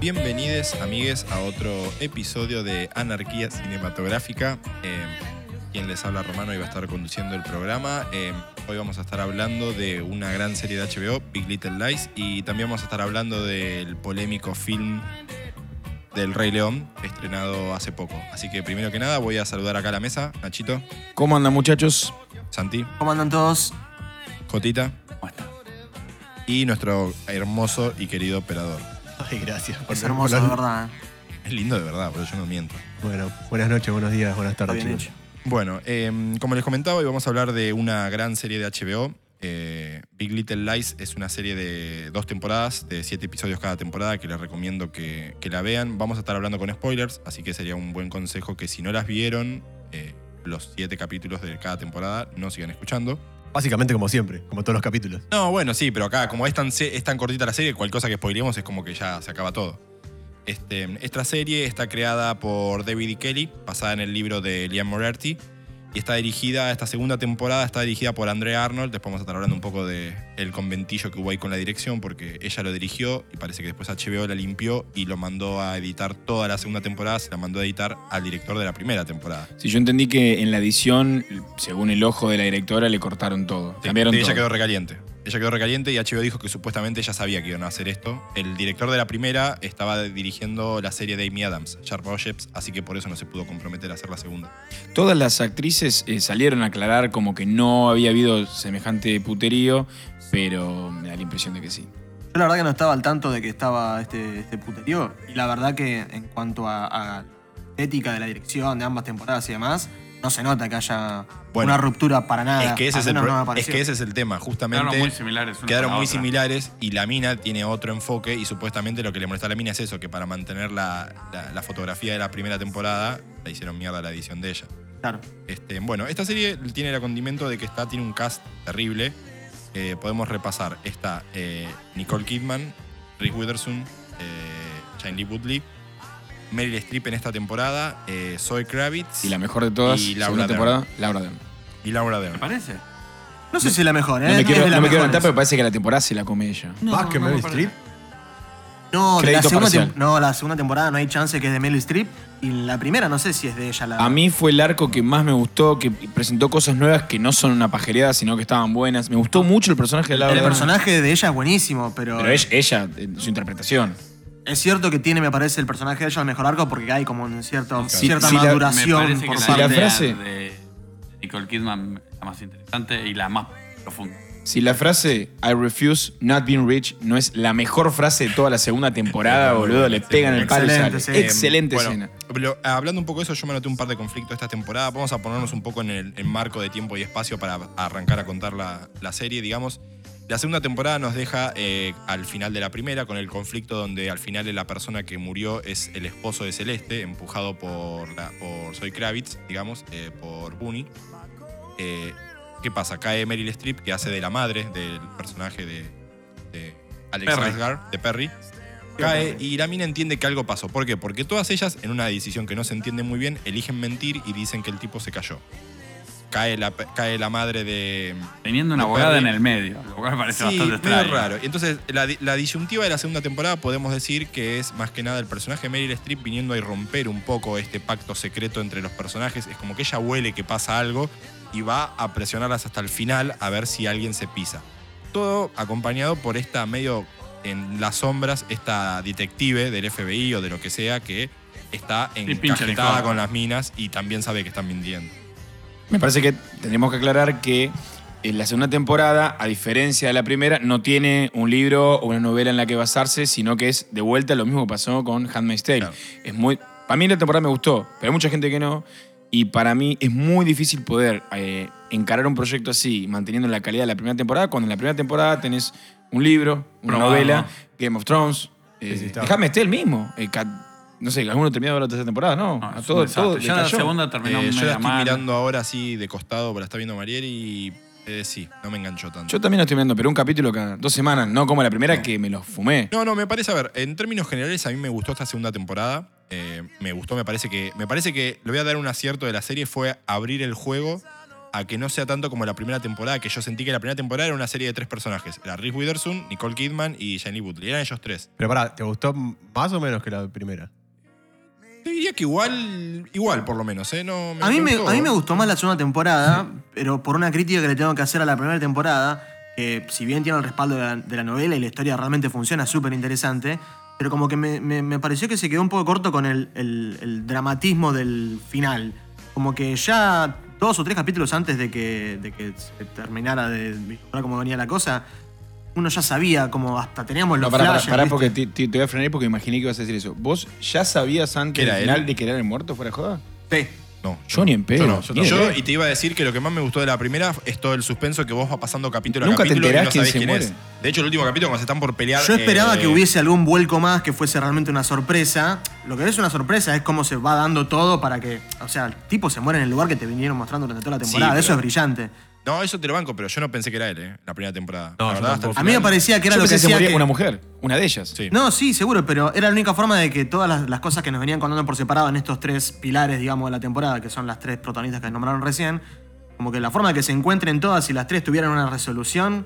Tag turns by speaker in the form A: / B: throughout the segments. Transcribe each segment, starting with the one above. A: Bienvenidos, amigues, a otro episodio de Anarquía Cinematográfica. Eh, quien les habla Romano y va a estar conduciendo el programa. Eh, hoy vamos a estar hablando de una gran serie de HBO, Big Little Lies, y también vamos a estar hablando del polémico film del Rey León, estrenado hace poco. Así que primero que nada voy a saludar acá a la mesa, Nachito,
B: ¿Cómo andan muchachos?
A: Santi,
C: ¿Cómo andan todos?
A: Jotita
C: ¿Cómo están?
A: y nuestro hermoso y querido operador.
D: Ay, gracias. por-
C: Es hermoso, de
D: por-
C: verdad.
A: Es lindo de verdad, pero yo no miento.
D: Bueno, buenas noches, buenos días, buenas
C: Está
D: tardes.
C: bien
D: chicos.
C: hecho.
A: Bueno, eh, como les comentaba, hoy vamos a hablar de una gran serie de HBO. Eh, Big Little Lies es una serie de dos temporadas, de siete episodios cada temporada, que les recomiendo que, que la vean. Vamos a estar hablando con spoilers, así que sería un buen consejo que si no las vieron, eh, los siete capítulos de cada temporada, no sigan escuchando.
D: Básicamente como siempre, como todos los capítulos.
A: No, bueno, sí, pero acá, como es tan, se- es tan cortita la serie, cualquier cosa que spoilemos es como que ya se acaba todo. Este, esta serie está creada por David E. Kelly, basada en el libro de Liam Moriarty, y está dirigida, esta segunda temporada está dirigida por Andrea Arnold. Después vamos a estar hablando un poco de el conventillo que hubo ahí con la dirección, porque ella lo dirigió y parece que después HBO la limpió y lo mandó a editar toda la segunda temporada, se la mandó a editar al director de la primera temporada.
B: Si yo entendí que en la edición, según el ojo de la directora, le cortaron todo.
A: Sí,
B: Cambiaron
A: ella
B: todo.
A: quedó recaliente. Ella quedó recaliente y HBO dijo que supuestamente ella sabía que iban a hacer esto. El director de la primera estaba dirigiendo la serie de Amy Adams, Sharp Objects, así que por eso no se pudo comprometer a hacer la segunda.
B: Todas las actrices eh, salieron a aclarar como que no había habido semejante puterío, pero me da la impresión de que sí.
C: Yo la verdad que no estaba al tanto de que estaba este, este puterío. Y la verdad que en cuanto a, a ética de la dirección de ambas temporadas y demás, no se nota que haya
A: Bueno,
C: una ruptura para nada.
A: es, que ese
C: Al
A: es, el
C: menos
A: pro-
C: no me
A: es
C: pareció.
A: que ese es el tema, justamente.
E: Quedaron muy similares. una
A: quedaron
E: con la
A: muy
E: otra.
A: similares y la mina tiene otro enfoque y supuestamente lo que le molesta a la mina es eso, que para mantener la, la- la fotografía de la primera temporada la hicieron mierda la edición de ella.
C: Claro.
A: Este, bueno, esta serie tiene el condimento de que está, tiene un cast terrible. Eh, podemos repasar. Está eh, Nicole Kidman, Reese Witherspoon, eh, Shailene Woodley, Meryl Streep en esta temporada, eh, Zoe Kravitz
B: Y la mejor de todas,
A: Y
B: la
A: Laura
B: segunda
A: Dern.
B: temporada, Laura
C: Eh,
B: Dern.
A: y Laura
E: ¿Me
A: Dern.
E: parece?
C: No sé si es la mejor, ¿eh?
B: No me quiero,
C: Es de
B: no
C: las
B: me quiero
C: mejores.
B: adelantar, pero parece que la temporada se la come ella.
D: Más que Meryl
E: me
D: Streep.
E: parece.
C: No, la
B: Crédito
C: segunda,
B: parcial.
C: tem- no, la segunda temporada no hay chance que es de Meryl Streep. Y la primera no sé si es de ella la.
B: A mí fue el arco que más me gustó, que presentó cosas nuevas que no son una pajereada, sino que estaban buenas. Me gustó mucho el personaje de Laura
C: el
B: Dern.
C: personaje de ella es buenísimo,
B: Pero ella, ella, eh, su interpretación.
C: Es cierto que tiene, me parece, el personaje de ella el mejor arco porque hay como un cierto,
B: Sí,
C: cierta
B: sí, la-
E: Me
C: maduración
E: parece que
C: por
E: la,
C: parte
B: la
E: idea
C: de-
B: frase-
E: de Nicole Kidman es la más interesante y la más profunda.
B: Si la frase I refuse not being rich no es la mejor frase de toda la segunda temporada, boludo, le pegan el palo y sale.
C: Excelente, sí.
B: Excelente,
A: Bueno,
B: escena.
A: lo- hablando un poco de eso, yo me noté un par de conflictos esta temporada. Vamos a ponernos un poco en el en marco de tiempo y espacio para arrancar a contar la, la serie, digamos. La segunda temporada nos deja eh, al final de la primera con el conflicto donde al final la persona que murió es el esposo de Celeste, empujado por, la, por Soy Kravitz, digamos, eh, por Bunny. Eh, ¿Qué pasa? Cae Meryl Streep, que hace de la madre del personaje de, de Alex
E: Perry.
A: Asgard, de Perry. Cae y la mina entiende que algo pasó. ¿Por qué? Porque todas ellas, en una decisión que no se entiende muy bien, eligen mentir y dicen que el tipo se cayó. Cae la, cae la madre de.
E: Teniendo una
A: Me
E: abogada
A: perdí.
E: en el medio, lo cual me parece
A: sí,
E: bastante
A: medio
E: extraño.
A: raro. Entonces, la, di- la disyuntiva de la segunda temporada podemos decir que es más que nada el personaje de Meryl Streep viniendo a romper un poco este pacto secreto entre los personajes. Es como que ella huele que pasa algo y va a presionarlas hasta el final a ver si alguien se pisa. Todo acompañado por esta medio en las sombras, esta detective del FBI o de lo que sea que está
E: pincha el
A: encajetada
E: hijo.
A: con las minas y también sabe que están mintiendo.
B: Me parece que tenemos que aclarar que en la segunda temporada, a diferencia de la primera, no tiene un libro o una novela en la que basarse, sino que es de vuelta lo mismo que pasó con Handmaid's Tale.
A: Claro.
B: Es muy, para mí la temporada me gustó, pero hay mucha gente que no. Y para mí es muy difícil poder eh, encarar un proyecto así, manteniendo la calidad de la primera temporada, cuando en la primera temporada tenés un libro, una
E: Probado.
B: novela, Game of Thrones. Eh,
D: Sí, sí, está.
B: Handmaid's Tale mismo. eh, ca- no sé, alguno terminó de ver la tercera temporada, ¿no?
E: No,
B: a
E: Ah, es
B: todo,
E: un desastre.
B: todo le
E: ya la
B: cayó.
E: segunda terminó
A: Eh, yo la
E: media
A: estoy
E: mal.
A: mirando ahora así de costado, pero la está viendo Mariel y eh, sí, no me enganchó tanto.
B: Yo también lo estoy mirando, pero un capítulo cada dos semanas, no como la primera que me lo fumé.
A: No, no, me parece, a ver, en términos generales a mí me gustó esta segunda temporada. Eh, me gustó, me parece que. Me parece que le voy a dar un acierto de la serie fue abrir el juego a que no sea tanto como la primera temporada, que yo sentí que la primera temporada era una serie de tres personajes. Era Reese Witherspoon, Nicole Kidman y Jenny Butler. Eran ellos tres.
D: Pero pará, ¿te gustó más o menos que la primera?
A: Te diría que igual, igual por lo menos, ¿eh? No,
C: A mí, me,
A: gustó.
C: a mí me gustó más la segunda temporada, pero por una crítica que le tengo que hacer a la primera temporada, que si bien tiene el respaldo de la, de la novela y la historia realmente funciona súper interesante, pero como que me, me- me pareció que se quedó un poco corto con el, el- el dramatismo del final. Como que ya dos o tres capítulos antes de que, de que se terminara de vislumbrar cómo venía la cosa, uno ya sabía, como hasta teníamos
B: No,
C: los
B: pará, pará,
C: flashes,
B: pará,
C: ¿viste?
B: porque te, te- te voy a frenar porque imaginé que ibas a decir eso. ¿Vos ya sabías antes
A: ¿Que era
B: del
A: él?
B: final de que era el muerto fuera de joda?
C: Sí.
A: No,
B: Yo ni en
A: Yo,
B: pedo.
A: no, yo,
B: ni en
A: yo-
B: pedo.
A: y te iba a decir que lo que más me gustó de la primera es todo el suspenso que vos vas pasando capítulo a
B: Nunca te
A: capítulo
B: enterás
A: y no
B: quién
A: sabés
B: se
A: quién
B: muere.
A: es. De hecho, el último capítulo, cuando se están por pelear.
C: Yo esperaba
A: eh,
C: que hubiese algún vuelco más, que fuese realmente una sorpresa. Lo que es una sorpresa es cómo se va dando todo para que. O sea, el tipo se muere en el lugar que te vinieron mostrando durante toda la
A: Sí,
C: temporada. Eso
A: pero-
C: es brillante.
A: No, eso te lo banco, pero yo no pensé que era él, ¿eh? La primera temporada.
D: No,
A: la
D: yo
A: verdad, hasta el
D: tampoco.
C: A mí me
A: final.
C: parecía que era
B: Yo
C: lo
B: pensé
C: que
B: que se
C: hacía
B: moría
C: que-
B: una mujer, una de ellas.
A: Sí.
C: No, sí, seguro, pero era la única forma de que todas las, las cosas que nos venían contando por separado en estos tres pilares, digamos, de la temporada, que son las tres protagonistas que nombraron recién, como que la forma de que se encuentren todas y las tres tuvieran una resolución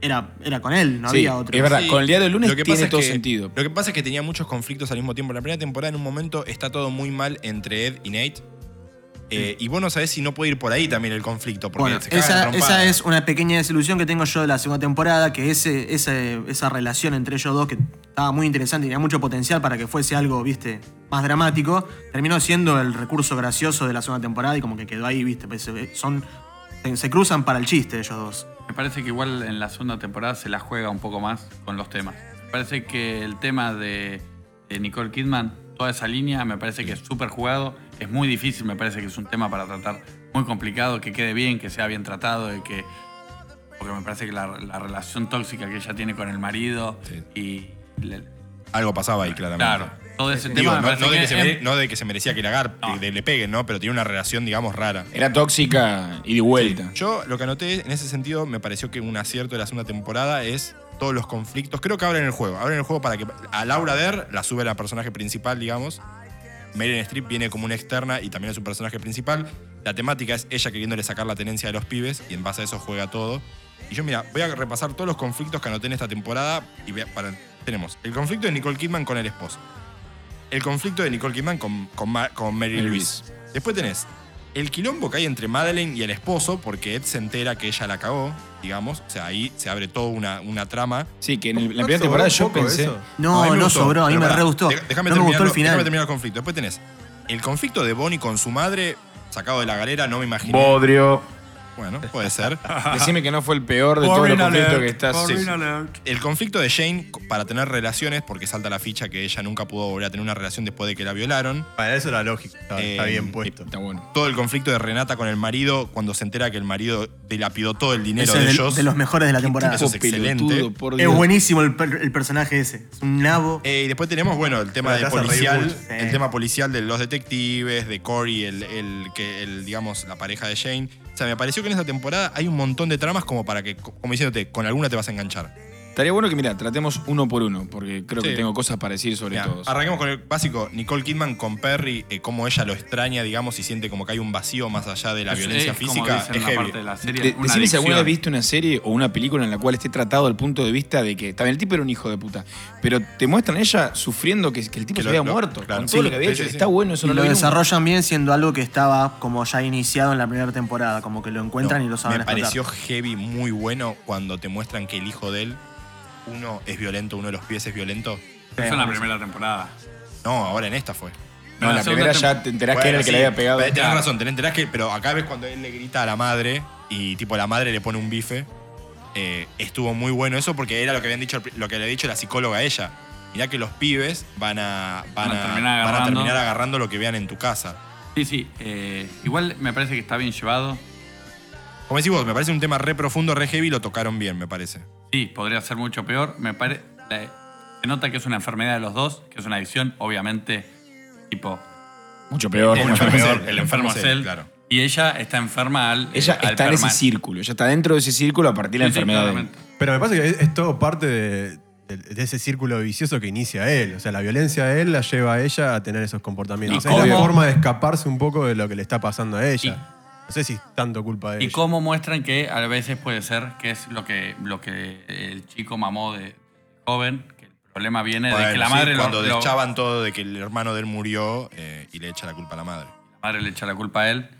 C: era, era con él, no
B: Sí,
C: había otro.
B: es verdad. con el día del lunes tiene
A: pasa
B: todo
A: que-
B: sentido.
A: Lo que pasa es que tenía muchos conflictos al mismo tiempo. En la primera temporada, en un momento, está todo muy mal entre Ed y Nate. Eh, Y vos no sabés si no puede ir por ahí también el conflicto. Porque
C: Bueno,
A: se cagan a
C: esa,
A: trompadas.
C: esa es una pequeña desilusión que tengo yo de la segunda temporada, que ese, ese- esa relación entre ellos dos, que estaba muy interesante y tenía mucho potencial para que fuese algo, viste, más dramático, terminó siendo el recurso gracioso de la segunda temporada y como que quedó ahí, viste, pues, eh, son, se, se cruzan para el chiste ellos dos.
E: Me parece que igual en la segunda temporada se la juega un poco más con los temas. Me parece que el tema de, de Nicole Kidman, toda esa línea, me parece que es súper jugado, es muy difícil, me parece que es un tema para tratar muy complicado, que quede bien, que sea bien tratado, y que, porque me parece que la, la relación tóxica que ella tiene con el marido y... le-
A: Algo pasaba ahí, claramente.
E: claro, todo ese
A: Digo,
E: tema... me
A: no,
E: parece
A: no de que se mere-
E: es-
A: no de que se merecía que le, agar- que le peguen, ¿no? Pero tiene una relación, digamos, rara.
B: Era tóxica y de vuelta.
A: Yo lo que anoté en ese sentido me pareció que un acierto de la segunda temporada es todos los conflictos. Creo que abren el juego. Abren el juego para que a Laura Der la sube la personaje principal, digamos. Meryl Streep viene como una externa y también es un personaje principal. La temática es ella queriéndole sacar la tenencia de los pibes y en base a eso juega todo. Y yo, mira, voy a repasar todos los conflictos que anoté en esta temporada y voy a- para- tenemos el conflicto de Nicole Kidman con el esposo. El conflicto de Nicole Kidman con, con, Ma- con Mary
B: Mary
A: Louise. Después tenés el quilombo que hay entre Madeleine y el esposo, porque Ed se entera que ella la cagó, digamos. O sea, ahí se abre toda una, una trama.
B: Sí, que en el- la
D: ¿No
B: primera
D: sobró
B: temporada
D: un
B: yo
D: poco
B: pensé.
D: eso?
A: a
C: No,
A: mí
C: no,
A: me gustó,
C: sobró, a mí
A: pero
C: me
A: pará,
C: re gustó.
A: dej- Déjame
C: no me gustó el
A: terminarlo-
C: final.
A: Déjame terminar el conflicto. Después tenés el conflicto de Bonnie con su madre, sacado de la galera, no me imagino.
B: Bodrio.
A: Bueno, puede ser.
B: Decime que no fue el peor de todos los conflictos que estás. sí, sí.
A: El conflicto de Jane co- para tener relaciones, porque salta la ficha que ella nunca pudo volver a tener una relación después de que la violaron.
D: Para eso era lógico. Está, está
A: Eh,
D: bien puesto.
B: Está bueno.
A: Todo el conflicto de Renata con el marido cuando se entera que el marido dilapidó todo el dinero
C: Ese
A: de
C: del-
A: ellos.
C: de los mejores de la temporada.
A: Eso es excelente.
B: Pelotudo, por
C: Es
B: Dios.
C: buenísimo el, per- el personaje ese. Es un nabo.
A: Eh, y después tenemos, bueno, el tema
D: Pero
A: de
D: te hace
A: policial,
D: reír
C: mucho.
A: el
C: Sí.
A: tema policial de los detectives, de Corey, el, el que, el, digamos, la pareja de Jane. O sea, me pareció que en esta temporada hay un montón de tramas como para que, como diciéndote, con alguna te vas a enganchar.
B: Estaría bueno que, mira, tratemos uno por uno, porque creo
A: Sí.
B: que tengo cosas para decir sobre
A: Mirá,
B: todos.
A: arranquemos con el básico, Nicole Kidman con Perry, eh, cómo ella lo extraña, digamos, y siente como que hay un vacío más allá de la
E: es-
A: violencia
E: es como
A: física.
E: dicen
A: Es
E: en la
A: heavy.
E: parte de la serie,
B: De,
E: una
B: decime si alguna vez
E: adicción.
B: viste una serie o una película en la cual esté tratado el punto de vista de que. Está bien, el tipo era un hijo de puta. Pero te muestran a ella sufriendo que, que el tipo
A: Que
B: se
A: lo-
B: había
A: lo-
B: muerto.
A: claro.
B: Con
A: Sí,
B: todo lo que había
A: sí,
B: hecho.
A: sí, sí.
B: Está bueno, eso
C: Y
B: no
C: lo
B: lo, desarrollo
C: desarrollan bien siendo algo que estaba como ya iniciado en la primera temporada, como que lo encuentran
A: No,
C: y lo saben
A: Me
C: explotar.
A: pareció heavy, muy bueno cuando te muestran que el hijo de él, uno es violento, uno de los pies es violento.
E: Eso en la primera temporada.
A: No, ahora en esta fue.
B: No, en la
E: La
B: primera
E: segunda
B: ya te enterás que
A: Bueno,
B: era el
A: sí,
B: que le había pegado.
A: pero Tenés razón, te enterás que. Pero acá ves cuando él le grita a la madre y tipo la madre le pone un bife. Eh, estuvo muy bueno eso porque era lo que habían dicho lo que le había dicho la psicóloga a ella. Mirá que los pibes van a. Van,
E: Van a
A: a,
E: terminar
A: van a
E: agarrando.
A: terminar agarrando lo que vean en tu casa.
E: Sí, sí. eh, igual me parece que está bien llevado.
A: Como decís vos, me parece un tema re profundo, re heavy, lo tocaron bien, me parece.
E: Sí, podría ser mucho peor. Me parece. Se nota que es una enfermedad de los dos, que es una adicción, obviamente, tipo.
B: Mucho peor.
A: El
B: mucho
A: enfermo
B: peor.
A: es él, el enfermo es él, claro.
E: Y ella está enferma al. eh,
B: Ella
E: al
B: está en ese
E: perma-
B: círculo, ella está dentro de ese círculo a partir de la
E: Sí, sí,
B: enfermedad. de él.
E: claramente.
D: Pero me parece que es, es todo parte de, de- de ese círculo vicioso que inicia él. O sea, la violencia de él la lleva a ella a tener esos comportamientos.
E: Y
D: O sea, es la
E: cómo-
D: forma de escaparse un poco de lo que le está pasando a ella.
E: Y-
D: O No sé si es tanto culpa de
E: Y
D: ella.
E: cómo muestran que a veces puede ser que es lo que, lo que el chico mamó de joven, que el problema viene de que
A: Bueno,
E: la
A: sí,
E: madre, lo-
A: cuando
E: lo-
A: deschaban todo de que el hermano de él murió eh, y le echa la culpa a la madre.
E: la madre le echa la culpa a él,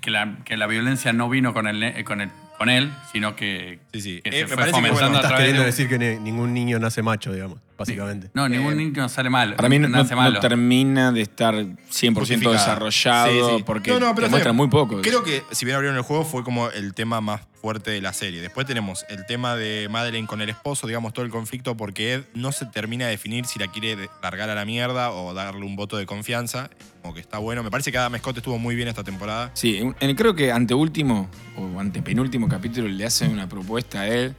E: que la, que la violencia no vino con, el, ne- eh, con, el- con él, sino que...
A: Sí, sí.
E: que
A: Eh,
E: se
A: me
E: fue
A: parece que, bueno,
E: fomentando a
D: Estás
E: través
D: queriendo
E: de-
D: decir que ni- ningún niño nace macho, digamos, básicamente.
E: No, ningún niño sale mal.
B: eh, Para mí no,
E: nace
B: no- no
E: malo.
B: termina de estar 100%
A: Justificada.
B: desarrollado
A: Sí, sí.
B: porque
A: No, no, pero
B: te
A: está
B: muestran
A: bien.
B: muy poco.
A: Creo que si bien abrieron el juego fue como el tema más fuerte de la serie. Después tenemos el tema de Madeleine con el esposo, digamos, todo el conflicto porque Ed no se termina de definir si la quiere de- largar a la mierda o darle un voto de confianza. Como que está bueno. Me parece que Adam Scott estuvo muy bien esta temporada.
B: Sí, en- en- creo que anteúltimo o antepenúltimo capítulo le hacen una propuesta a él.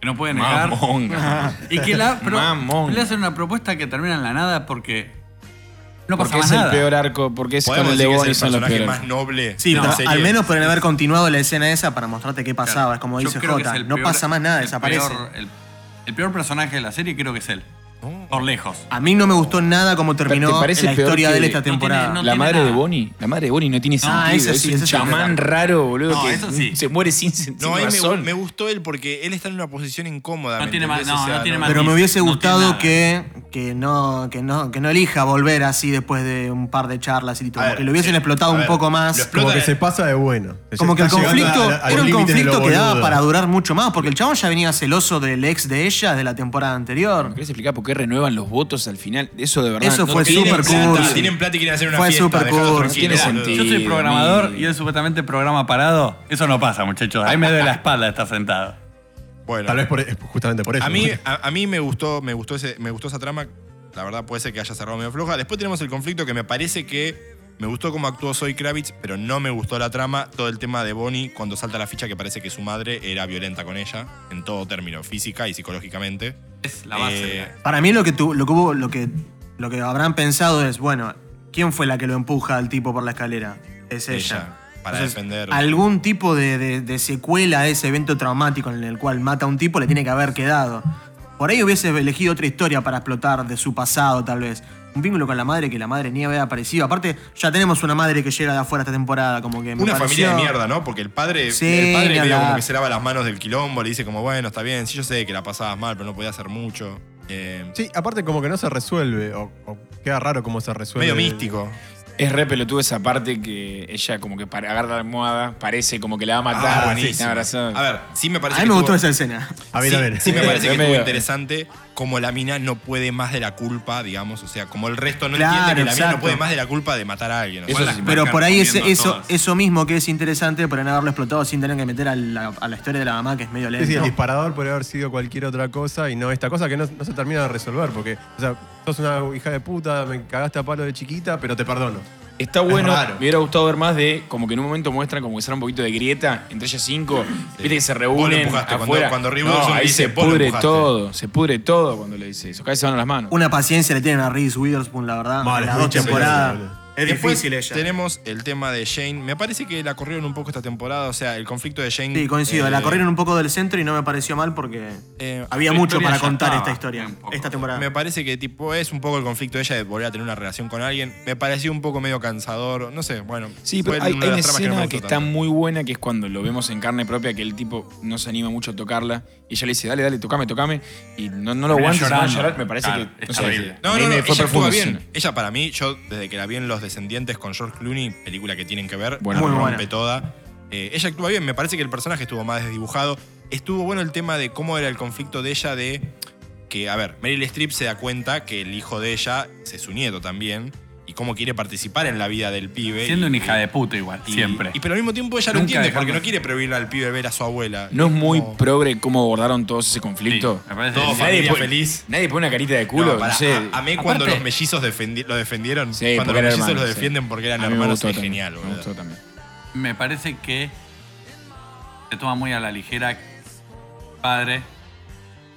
E: Que no puede negar.
B: Mamonga.
E: Y que la, pero
B: Mamón.
E: le hacen una propuesta que termina en la nada porque no pasa
B: porque
E: más
B: es
E: nada.
B: el peor arco, porque es con
A: Podemos
B: el
A: decir
B: de
A: que
B: Bonnie
A: es el
B: son los
A: personaje
B: peores.
A: más noble.
C: Sí,
A: de la
C: pero
A: serie.
C: al menos por haber continuado la escena esa para mostrarte qué pasaba.
E: Claro.
C: Es como
E: Yo
C: dice
E: creo que es
C: Jota,
E: el
C: no
E: peor-
C: pasa más nada,
E: el
C: desaparece.
E: peor- el, el peor personaje de la serie creo que es él.
B: Oh.
E: Por
B: Ah,
E: lejos.
C: A mí no me gustó nada cómo terminó
B: parece
C: la
B: peor
C: historia
B: que-
C: de él esta
B: No
E: tiene-
C: temporada.
E: no-
B: la
E: tiene
B: madre de
E: nada.
B: Bonnie, la madre de Bonnie no tiene sentido.
C: Ah, ese sí,
B: es
C: ese
B: un
C: sí es
B: chamán
C: verdad.
B: raro, boludo,
E: No,
B: que
E: eso sí.
B: se muere sin sentido.
A: No, ahí me, gu-
B: razón.
A: me gustó él porque él está en una posición incómoda.
E: No
A: ¿me
E: tiene
A: entendés?
E: más- no, no tiene más-
C: Pero me
E: Matiz,
C: hubiese
E: no tiene
C: gustado
E: nada.
C: que, que, no, que, no, que no elija volver así después de un par de charlas y todo.
A: A
C: Como
A: ver,
C: que lo hubiesen
A: sí.
C: explotado
A: A
C: un
A: ver,
C: poco
A: lo
C: más.
A: explota-
D: Como que se pasa de bueno. Se
C: Como que el
D: está llegando
C: conflicto
D: a- a-
C: era
D: a los
C: un
D: límites de lo
C: conflicto que daba
D: boludo.
C: para durar mucho más, porque el chabón ya venía celoso del ex de ella de la temporada anterior.
B: ¿Me querés explicar por qué renuevan los votos al final? Eso de verdad.
C: Eso
B: no
C: fue
A: Tienen
B: tiene
C: súper
A: plata,
B: sentido.
C: cursi.
A: Tienen plata y quieren hacer una
C: Fue
A: fiesta.
C: súper
A: dejalos
C: cursi.
A: tranquilos,
B: Tiene
A: boludo.
B: sentido.
E: Yo soy
B: Sí,
E: programador
B: amigo.
E: y él supuestamente programa parado. Eso no pasa, muchachos. Ahí me duele la espalda estar sentado.
A: Bueno.
D: Tal vez por, es justamente por eso.
A: A mí, a, a mí me gustó, me gustó ese, me gustó esa trama. La verdad puede ser que haya cerrado medio floja. Después tenemos el conflicto que me parece que me gustó cómo actuó Zoe Kravitz, pero no me gustó la trama. Todo el tema de Bonnie cuando salta la ficha que parece que su madre era violenta con ella, en todo término, física y psicológicamente.
E: Es la base.
A: Eh,
C: Para mí lo que, tu- lo que hubo, lo que, lo que habrán pensado es, bueno, ¿quién fue la que lo empuja al tipo por la escalera? Es ella.
A: Ella, para defender-
C: Algún tipo de, de- de secuela a ese evento traumático en el cual mata a un tipo le tiene que haber quedado. Por ahí hubiese elegido otra historia para explotar de su pasado, tal vez. Un vínculo con la madre que la madre ni había aparecido. Aparte, ya tenemos una madre que llega de afuera esta temporada, como que me
A: Una familia de
C: pareció-
A: mierda, ¿no? Porque el padre,
C: Sí,
A: el padre
C: ni
A: medio
C: hablar.
A: como que se lava las manos del quilombo, le dice como, bueno, está bien, sí yo sé que la pasabas mal, pero no podía hacer mucho. Eh,
D: Sí, aparte como que no se resuelve, o, o queda raro cómo se resuelve.
A: medio místico.
B: Es re pelotudo esa parte que ella como que para, agarra la almohada, parece como que la va a matar.
A: Ah,
B: sí,
A: buenísimo.
B: tiene razón.
A: A ver, sí me parece
C: A mí
A: que
C: Ah, me
A: estuvo-
C: gustó esa escena.
D: A ver,
A: sí,
D: a ver.
A: sí me
B: Sí,
A: parece que
B: medio.
A: estuvo interesante como la mina no puede más de la culpa, digamos. O sea, como el resto no
C: Claro,
A: entiende que la mina no
C: exacto.
A: puede más de la culpa de matar a alguien. o sea,
B: Eso
A: la-
B: sí.
C: Pero
E: Marcar
C: por ahí ese-
E: comiendo
C: eso,
E: todas.
C: eso mismo que es interesante, podrían haberlo explotado sin tener que meter a la, a la historia de la mamá, que es medio
D: Sí, sí, el
C: lento.
D: disparador podría haber sido cualquier otra cosa y no esta cosa que no, no se termina de resolver porque, o sea, sos una hija de puta, me cagaste a palo de chiquita, pero te perdono.
B: Está bueno,
D: raro.
B: me hubiera gustado ver más de como que en un momento muestran como que será un poquito de grieta entre ellas cinco, viste que se
A: Vos lo
B: reúnen
A: empujaste, cuando-
B: afuera.
A: cuando Reed
B: No,
A: Wilson
B: ahí
A: dice,
B: se
A: "Vos lo
B: pudre
A: empujaste".
B: todo, se pudre todo cuando le dice eso, casi se van las manos.
C: Una paciencia le tienen a Reese Witherspoon, la verdad.
D: Vale,
C: las dos
D: mucha
C: temporadas.
D: paciencia, boludo.
C: Es
A: Después
C: difícil ella.
A: Tenemos el tema de Jane. Me parece que la corrieron un poco esta temporada. O sea, el conflicto de Jane.
C: Sí, coincido. La
A: eh,
C: corrieron un poco del centro y no me pareció mal porque
A: eh,
C: había
E: la
C: mucho
E: historia
C: para
E: ya
C: contar
E: estaba,
C: esta historia,
E: un poco.
C: esta temporada.
A: Me parece que tipo es un poco el conflicto de ella de volver a tener una relación con alguien. Me pareció un poco medio cansador. No sé, bueno.
B: Sí,
A: fue
B: pero hay,
A: una
B: hay
A: de
B: una
A: las tramas
B: escena
A: no
B: que,
A: me gustó
B: está
A: tanto.
B: muy buena, que es cuando lo vemos en carne propia, que el tipo no se anima mucho a tocarla. Y ella le dice, dale, dale, tocame, tocame. Y no, no lo
E: Termina
B: aguanta, se pone a
E: llorando.
B: llorar. Me parece
E: Claro,
B: que.
E: es terrible.
A: No,
B: a mí
A: no, no,
B: me
A: ella
B: fue
A: actúa
B: profundo.
A: bien. Ella para mí, yo desde que la vi en Los Descendientes con George Clooney, película que tienen que ver,
B: Bueno,
A: la
C: muy
A: rompe
C: buena.
A: toda. Eh, ella actúa bien, me parece que el personaje estuvo más desdibujado. Estuvo bueno el tema de cómo era el conflicto de ella de que, a ver, Meryl Streep se da cuenta que el hijo de ella es su nieto también y cómo quiere participar en la vida del pibe.
E: Siendo
A: y-
E: una hija de puta igual,
A: y-
E: siempre.
A: Y pero al mismo tiempo ella lo
E: Nunca
A: entiende porque
E: dejarme.
A: no quiere prohibirle al pibe ver a su abuela.
B: No es muy
A: Como-
B: progre cómo abordaron todos ese
E: Sí,
B: conflicto.
E: me parece
A: Todo
E: que-
A: familia
B: Nadie puede-
A: feliz.
B: Nadie pone una carita de
A: No,
B: culo, no,
A: pará,
B: sé.
A: a, a mí cuando
E: Aparte-
A: los mellizos defendi- lo defendieron,
B: Sí,
A: cuando
B: porque
A: los
B: era
A: mellizos
B: hermano,
A: lo
B: sí.
A: defienden porque eran
B: A mí me
A: hermanos
B: gustó
A: es
B: también,
A: genial,
B: Me
A: boludo.
B: gustó también.
E: Me parece que se toma muy a la ligera padre.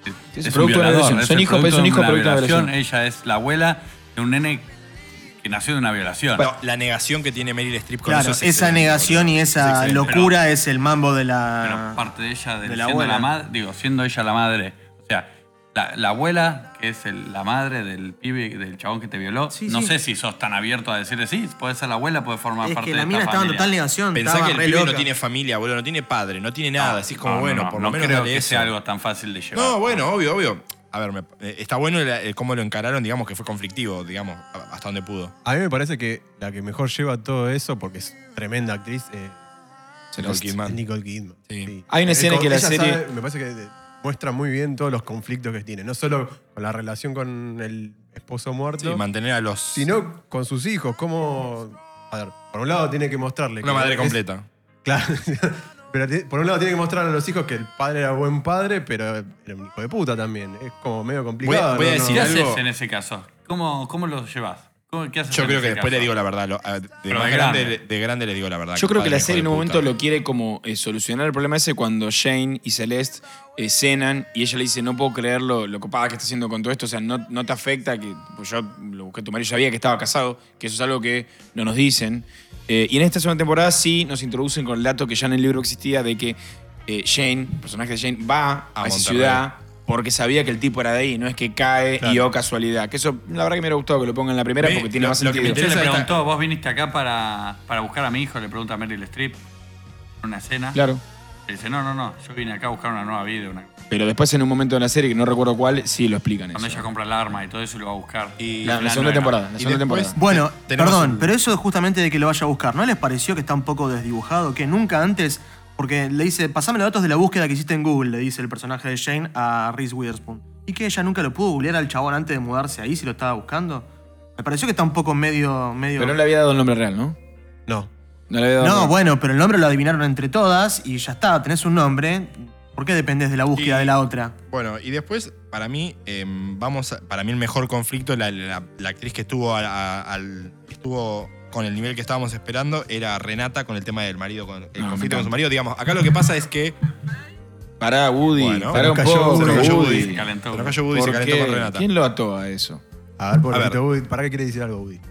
B: Sí, es producto de una violación. Son
E: el
B: hijos, pero son hijos producto de una
E: Ella es la abuela de un nene que nació de una violación.
A: No, la negación que tiene Meryl Streep con
C: claro,
A: eso es
C: esa
A: excelente,
C: negación
A: boludo.
C: y
A: Es
C: esa
A: excelente.
C: locura es el mambo de la.
B: ah,
E: pero parte de ella, de
C: de la
E: siendo, la
C: abuela.
E: madre, digo, siendo ella la madre. O sea, La, la abuela, que es el- la madre del pibe, del chabón que te violó,
C: Sí,
E: no
C: sí.
E: sé si sos tan abierto a decirle sí, puede ser la abuela, puede formar
C: Es
E: parte
C: que
E: de
C: la mina
E: esta
C: estaba en
E: familia".
C: total negación.
A: Pensá
C: estaba
A: que el
C: re
A: pibe no
C: loca.
A: tiene familia, boludo, no tiene padre, no tiene nada. Así es como,
E: Ah, No, no,
A: bueno,
E: no,
A: por
E: no
A: lo menos
E: creo
A: dale
E: que
A: eso.
E: sea algo tan fácil de llevar.
A: No, bueno, obvio, obvio. A ver, me- eh, está bueno el- el cómo lo encararon, digamos que fue conflictivo, digamos, a- hasta donde pudo.
D: A mí me parece que la que mejor lleva todo eso, porque es tremenda actriz, eh,
A: Nicole
D: es
A: Kidman.
D: Nicole Kidman.
A: Sí.
B: Hay una
D: Eh,
B: escena
D: con-
B: que la
D: ella
B: serie-
D: sabe- me parece que eh, muestra muy bien todos los conflictos que tiene. No solo con la relación con el esposo
A: Sí,
D: muerto,
A: mantener a los.
D: sino con sus hijos. Cómo... A ver, por un lado tiene que mostrarle...
A: una
D: que
A: madre
D: es-
A: completa.
D: Claro. Pero ti- por un lado tiene que mostrar a los hijos que el padre era buen padre, pero era un hijo de puta también. Es como medio complicado.
A: voy a
D: ¿no?
A: decir
E: ¿Qué
D: No.
A: algo-
E: haces en ese caso? ¿Cómo, cómo lo llevas? ¿Cómo- ¿Qué haces
A: Yo
E: en
A: creo
E: ese
A: que después
E: caso?
A: le digo la verdad. lo- a- de,
E: Pero
A: más
E: de
A: grande,
E: grande.
A: de grande le digo la verdad.
B: Yo creo que la
A: padre,
B: serie en
A: hijo
B: un
A: de
B: momento
A: puta.
B: lo quiere como eh, solucionar el problema ese cuando Shane y Celeste eh, cenan y ella le dice, no puedo creer lo, lo copada que está haciendo con todo esto, o sea, no, no te afecta, que pues yo lo busqué a tu marido, yo sabía que estaba casado, que eso es algo que no nos dicen. Eh, y en esta segunda temporada sí nos introducen con el dato que ya en el libro existía de que eh, Shane, el personaje de Shane, va a,
A: A
B: esa
A: Monterrey.
B: ciudad porque sabía que el tipo era de ahí, no es que cae y oh casualidad. Que eso, la verdad que me hubiera gustado que lo pongan en la primera
A: Me-
B: porque tiene
A: lo-
B: más
A: lo que me
B: sentido.
E: Yo le
A: Esa está-
E: preguntó, vos viniste acá para, para buscar a mi hijo, le pregunta a Meryl Streep en una cena.
B: Claro.
E: Le dice, no, no, no, yo vine acá a buscar una nueva vida. una-
B: Pero después en un momento de la serie, que no recuerdo cuál, sí lo explican eso.
E: Cuando ella compra el arma y todo eso y lo va a buscar.
A: Y-
B: La, la
E: Al final
B: segunda
E: no era.
B: temporada, la
A: Y
B: segunda
A: después-
B: temporada.
C: Bueno,
A: Eh, Tenemos
C: perdón,
A: un-
C: pero eso justamente de que lo vaya a buscar, ¿no les pareció que está un poco desdibujado? Que nunca antes, porque le dice, pasame los datos de la búsqueda que hiciste en Google, le dice el personaje de Shane a Reese Witherspoon. Y que ella nunca lo pudo googlear al chabón antes de mudarse ahí si lo estaba buscando. Me pareció que está un poco medio... medio...
B: Pero no le había dado el nombre real, ¿no?
D: No.
B: No le había dado el
C: No,
B: nombre.
C: bueno, pero el nombre lo adivinaron entre todas y ya está, tenés un nombre. ¿Por qué dependés de la búsqueda
A: Y-
C: de la otra?
A: Bueno, y después, para mí, em, vamos a- para mí el mejor conflicto, la, la- la actriz que estuvo, a- a- al, estuvo con el nivel que estábamos esperando, era Renata con el tema del marido, con el
B: Ah, me
A: conflicto con
B: encanta.
A: su marido. Digamos, acá lo que pasa es que
B: Pará, Woody.
A: Bueno,
B: pará un
D: se nos cayó
B: poco,
D: Woody.
A: se nos
B: Woody.
A: cayó
E: Y
A: Woody,
E: se calentó.
A: se nos cayó Woody y se
B: ¿Por
A: calentó
B: qué?
A: con Renata.
B: ¿Quién lo ató a eso?
D: A ver,
A: A
D: por
A: ver.
D: ¿para qué quiere decir algo, Woody?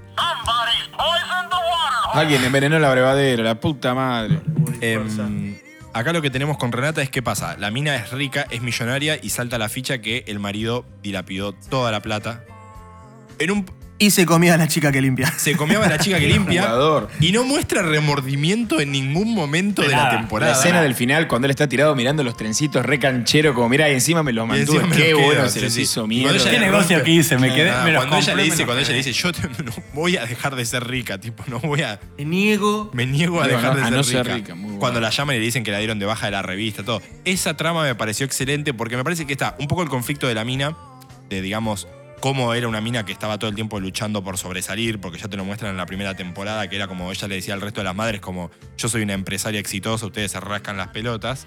B: Alguien envenenó la abrevadera, la puta madre.
A: Em, acá lo que tenemos con Renata es qué pasa. La mina es rica, es millonaria y salta la ficha que el marido dilapidó toda la plata. En un,
C: Y se comía a la chica que limpia.
A: se comiaba a la chica que limpia
B: Jugador.
A: y no muestra remordimiento en ningún momento de,
E: De
A: la
E: nada.
A: temporada.
B: La escena del final, cuando él está tirado mirando los trencitos re canchero, como mirá, y encima me los
A: Y
B: mantuve.
A: encima me
B: Qué
A: los
B: bueno,
A: quedo,
B: se
A: sí,
B: los
A: sí.
B: hizo
A: Y cuando
B: mierda.
A: ella
E: ¿Qué
A: le
E: negocio
A: rompe-
E: que hice? Me quedé-
A: Nada,
E: me los
A: Ah, cuando ella le
E: compré, me
A: dice,
E: los
A: cuando ella le
E: quedé.
A: dice, yo te- no voy a dejar de ser rica, tipo, no voy a,
C: Te niego.
A: me niego a
B: Digo,
A: dejar
B: no,
A: de
B: a
A: ser
B: no
A: rica.
B: ser rica, muy bueno.
A: Cuando la llaman y le dicen que la dieron de baja de la revista, todo. Esa trama me pareció excelente porque me parece que está un poco el conflicto de la mina, de digamos cómo era una mina que estaba todo el tiempo luchando por sobresalir, porque ya te lo muestran en la primera temporada, que era como ella le decía al resto de las madres, como yo soy una empresaria exitosa, ustedes se rascan las pelotas.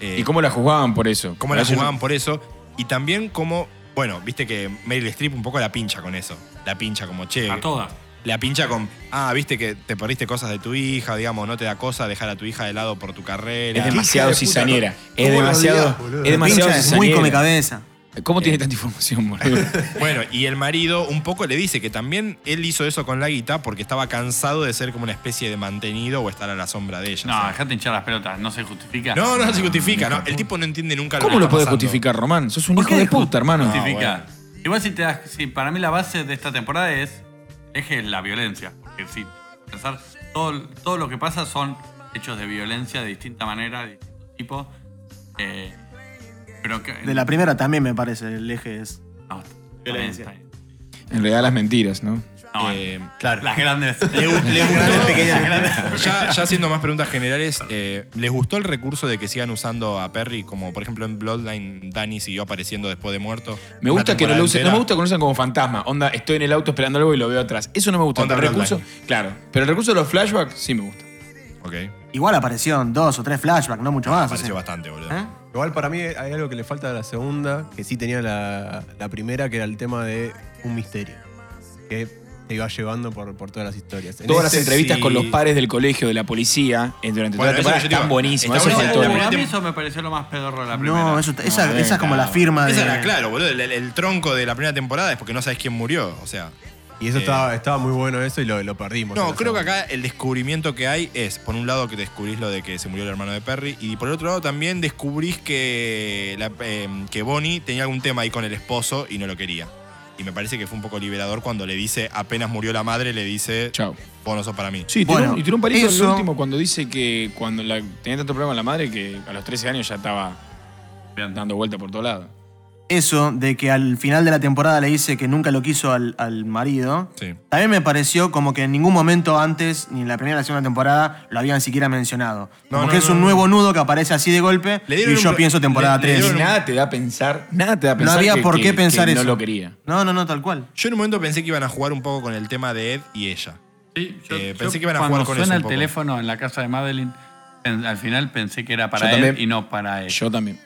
A: Eh,
B: ¿Y cómo la juzgaban por eso?
A: cómo la
B: Yo no-
A: jugaban por eso. Y también cómo, bueno, viste que Meryl Streep un poco la pincha con eso. La pincha como, che,
E: A todas.
A: la pincha con, ah, viste que te perdiste cosas de tu hija, digamos, no te da cosa dejar a tu hija de lado por tu carrera.
B: Es demasiado
D: Hija de puta,
B: cizañera.
D: ¿cómo
B: Es
D: lo
B: demasiado.
D: odias, boludo?
B: es demasiado
C: Pincha es muy
B: cizañera.
C: come cabeza.
B: ¿Cómo
A: Eh.
B: tiene tanta información, boludo?
A: Bueno, y el marido un poco le dice que también él hizo eso con la guita porque estaba cansado de ser como una especie de mantenido o estar a la sombra de ella. o
E: No,
A: sea.
E: dejate hinchar las pelotas, no se justifica.
A: no, no se justifica, no. El tipo no entiende nunca
B: ¿Cómo
A: que
B: lo
A: está
B: podés
A: pasando.
B: justificar, Román? Sos un
E: ¿Por
B: hijo
E: qué
B: de puta, hermano.
E: Justifica. Ah, Igual si te das. sí, para mí la base de esta temporada es. Eje la violencia. Porque si pensar, todo, todo lo que pasa son hechos de violencia de distinta manera, de distinto tipo. Eh, pero que.
C: De la primera también me parece, el eje es.
E: no, está bien,
C: Violencia.
E: está bien.
B: En realidad las mentiras, ¿no?
E: No,
A: Eh,
D: Claro.
E: Las grandes.
A: Le, gu- le gustó-
C: pequeñas.
A: ya, ya haciendo más preguntas generales, eh, ¿les gustó el recurso de que sigan usando a Perry? Como por ejemplo en Bloodline, Danny siguió apareciendo después de muerto.
B: Me
A: Una
B: gusta que no lo usen.
A: temporada
B: No
A: entera.
B: me gusta que lo usen como fantasma. Onda, estoy en el auto esperando algo y lo veo atrás. Eso no me gusta.
A: Onda
B: Pero el recurso, claro. Pero el recurso de los flashbacks sí me gusta.
A: Ok,
C: Igual aparecieron dos o tres flashbacks, no mucho más.
A: pareció
C: o sea.
A: bastante, boludo.
C: ¿Eh?
B: ¿Ah?
D: Igual para mí hay algo que le falta a la segunda, que sí tenía la, la primera, que era el tema de un misterio. Que te iba llevando por, por todas las historias. En
B: Todas las
D: ese-
B: entrevistas
A: sí.
B: con los padres del colegio, de la policía, eh, durante
A: Bueno,
B: toda la
A: eso
B: temporada
A: yo te
B: están
A: digo,
B: buenísimas.
A: está
B: Eso
A: buena
B: faltó.
A: la
E: a
A: primera
E: mí
A: tem-
E: eso me pareció lo más pedorro de la primera.
C: No, eso, esa,
B: No,
C: esa es como la firma de.
A: Esa era, claro, boludo. El, el- el tronco de la primera temporada es porque no sabes quién murió. O sea,
D: Y eso
A: Eh.
D: estaba, estaba muy bueno eso y lo, lo perdimos. en
A: No,
D: la
A: creo que
D: segunda.
A: acá el descubrimiento que hay es, por un lado, que descubrís lo de que se murió el hermano de Perry, y por el otro lado también descubrís que, la- eh, que Bonnie tenía algún tema ahí con el esposo y no lo quería. Y me parece que fue un poco liberador cuando le dice, apenas murió la madre, le dice,
B: Chao.
A: vos no sos para mí.
B: Sí, tiró,
C: Bueno,
B: y tiró un palito en
C: eso-
B: el último cuando dice que cuando la- tenía tanto problema con la madre que a los 13 años ya estaba
E: Bien.
B: dando vuelta por todos lados.
C: Eso de que al final de la temporada le dice que nunca lo quiso al, al marido.
A: Sí.
C: También me pareció como que en ningún momento antes, ni en la primera ni en la segunda temporada, lo habían siquiera mencionado.
A: No,
C: Como
A: no,
C: que es
A: no,
C: un
A: no.
C: nuevo nudo que aparece así de golpe
A: Le dieron
C: y yo
A: un-
C: pienso temporada
A: le- le
C: 3.
A: dieron-
B: Y nada te da a pensar, nada te da a
C: no
B: pensar
C: había
B: que-
C: por qué
B: que-
C: pensar
B: que
C: eso.
B: no lo quería.
C: No, no, no, tal cual.
A: Yo en un momento pensé que iban a jugar un poco con el tema de Ed y ella.
E: Sí,
A: Eh, pensé que iban a
E: cuando
A: jugar con eso
E: suena
A: un
E: el
A: poco.
E: teléfono en la casa de Madeline, pen- al final pensé que era
B: Yo
E: para él
B: también.
E: y no para él.
B: Yo también.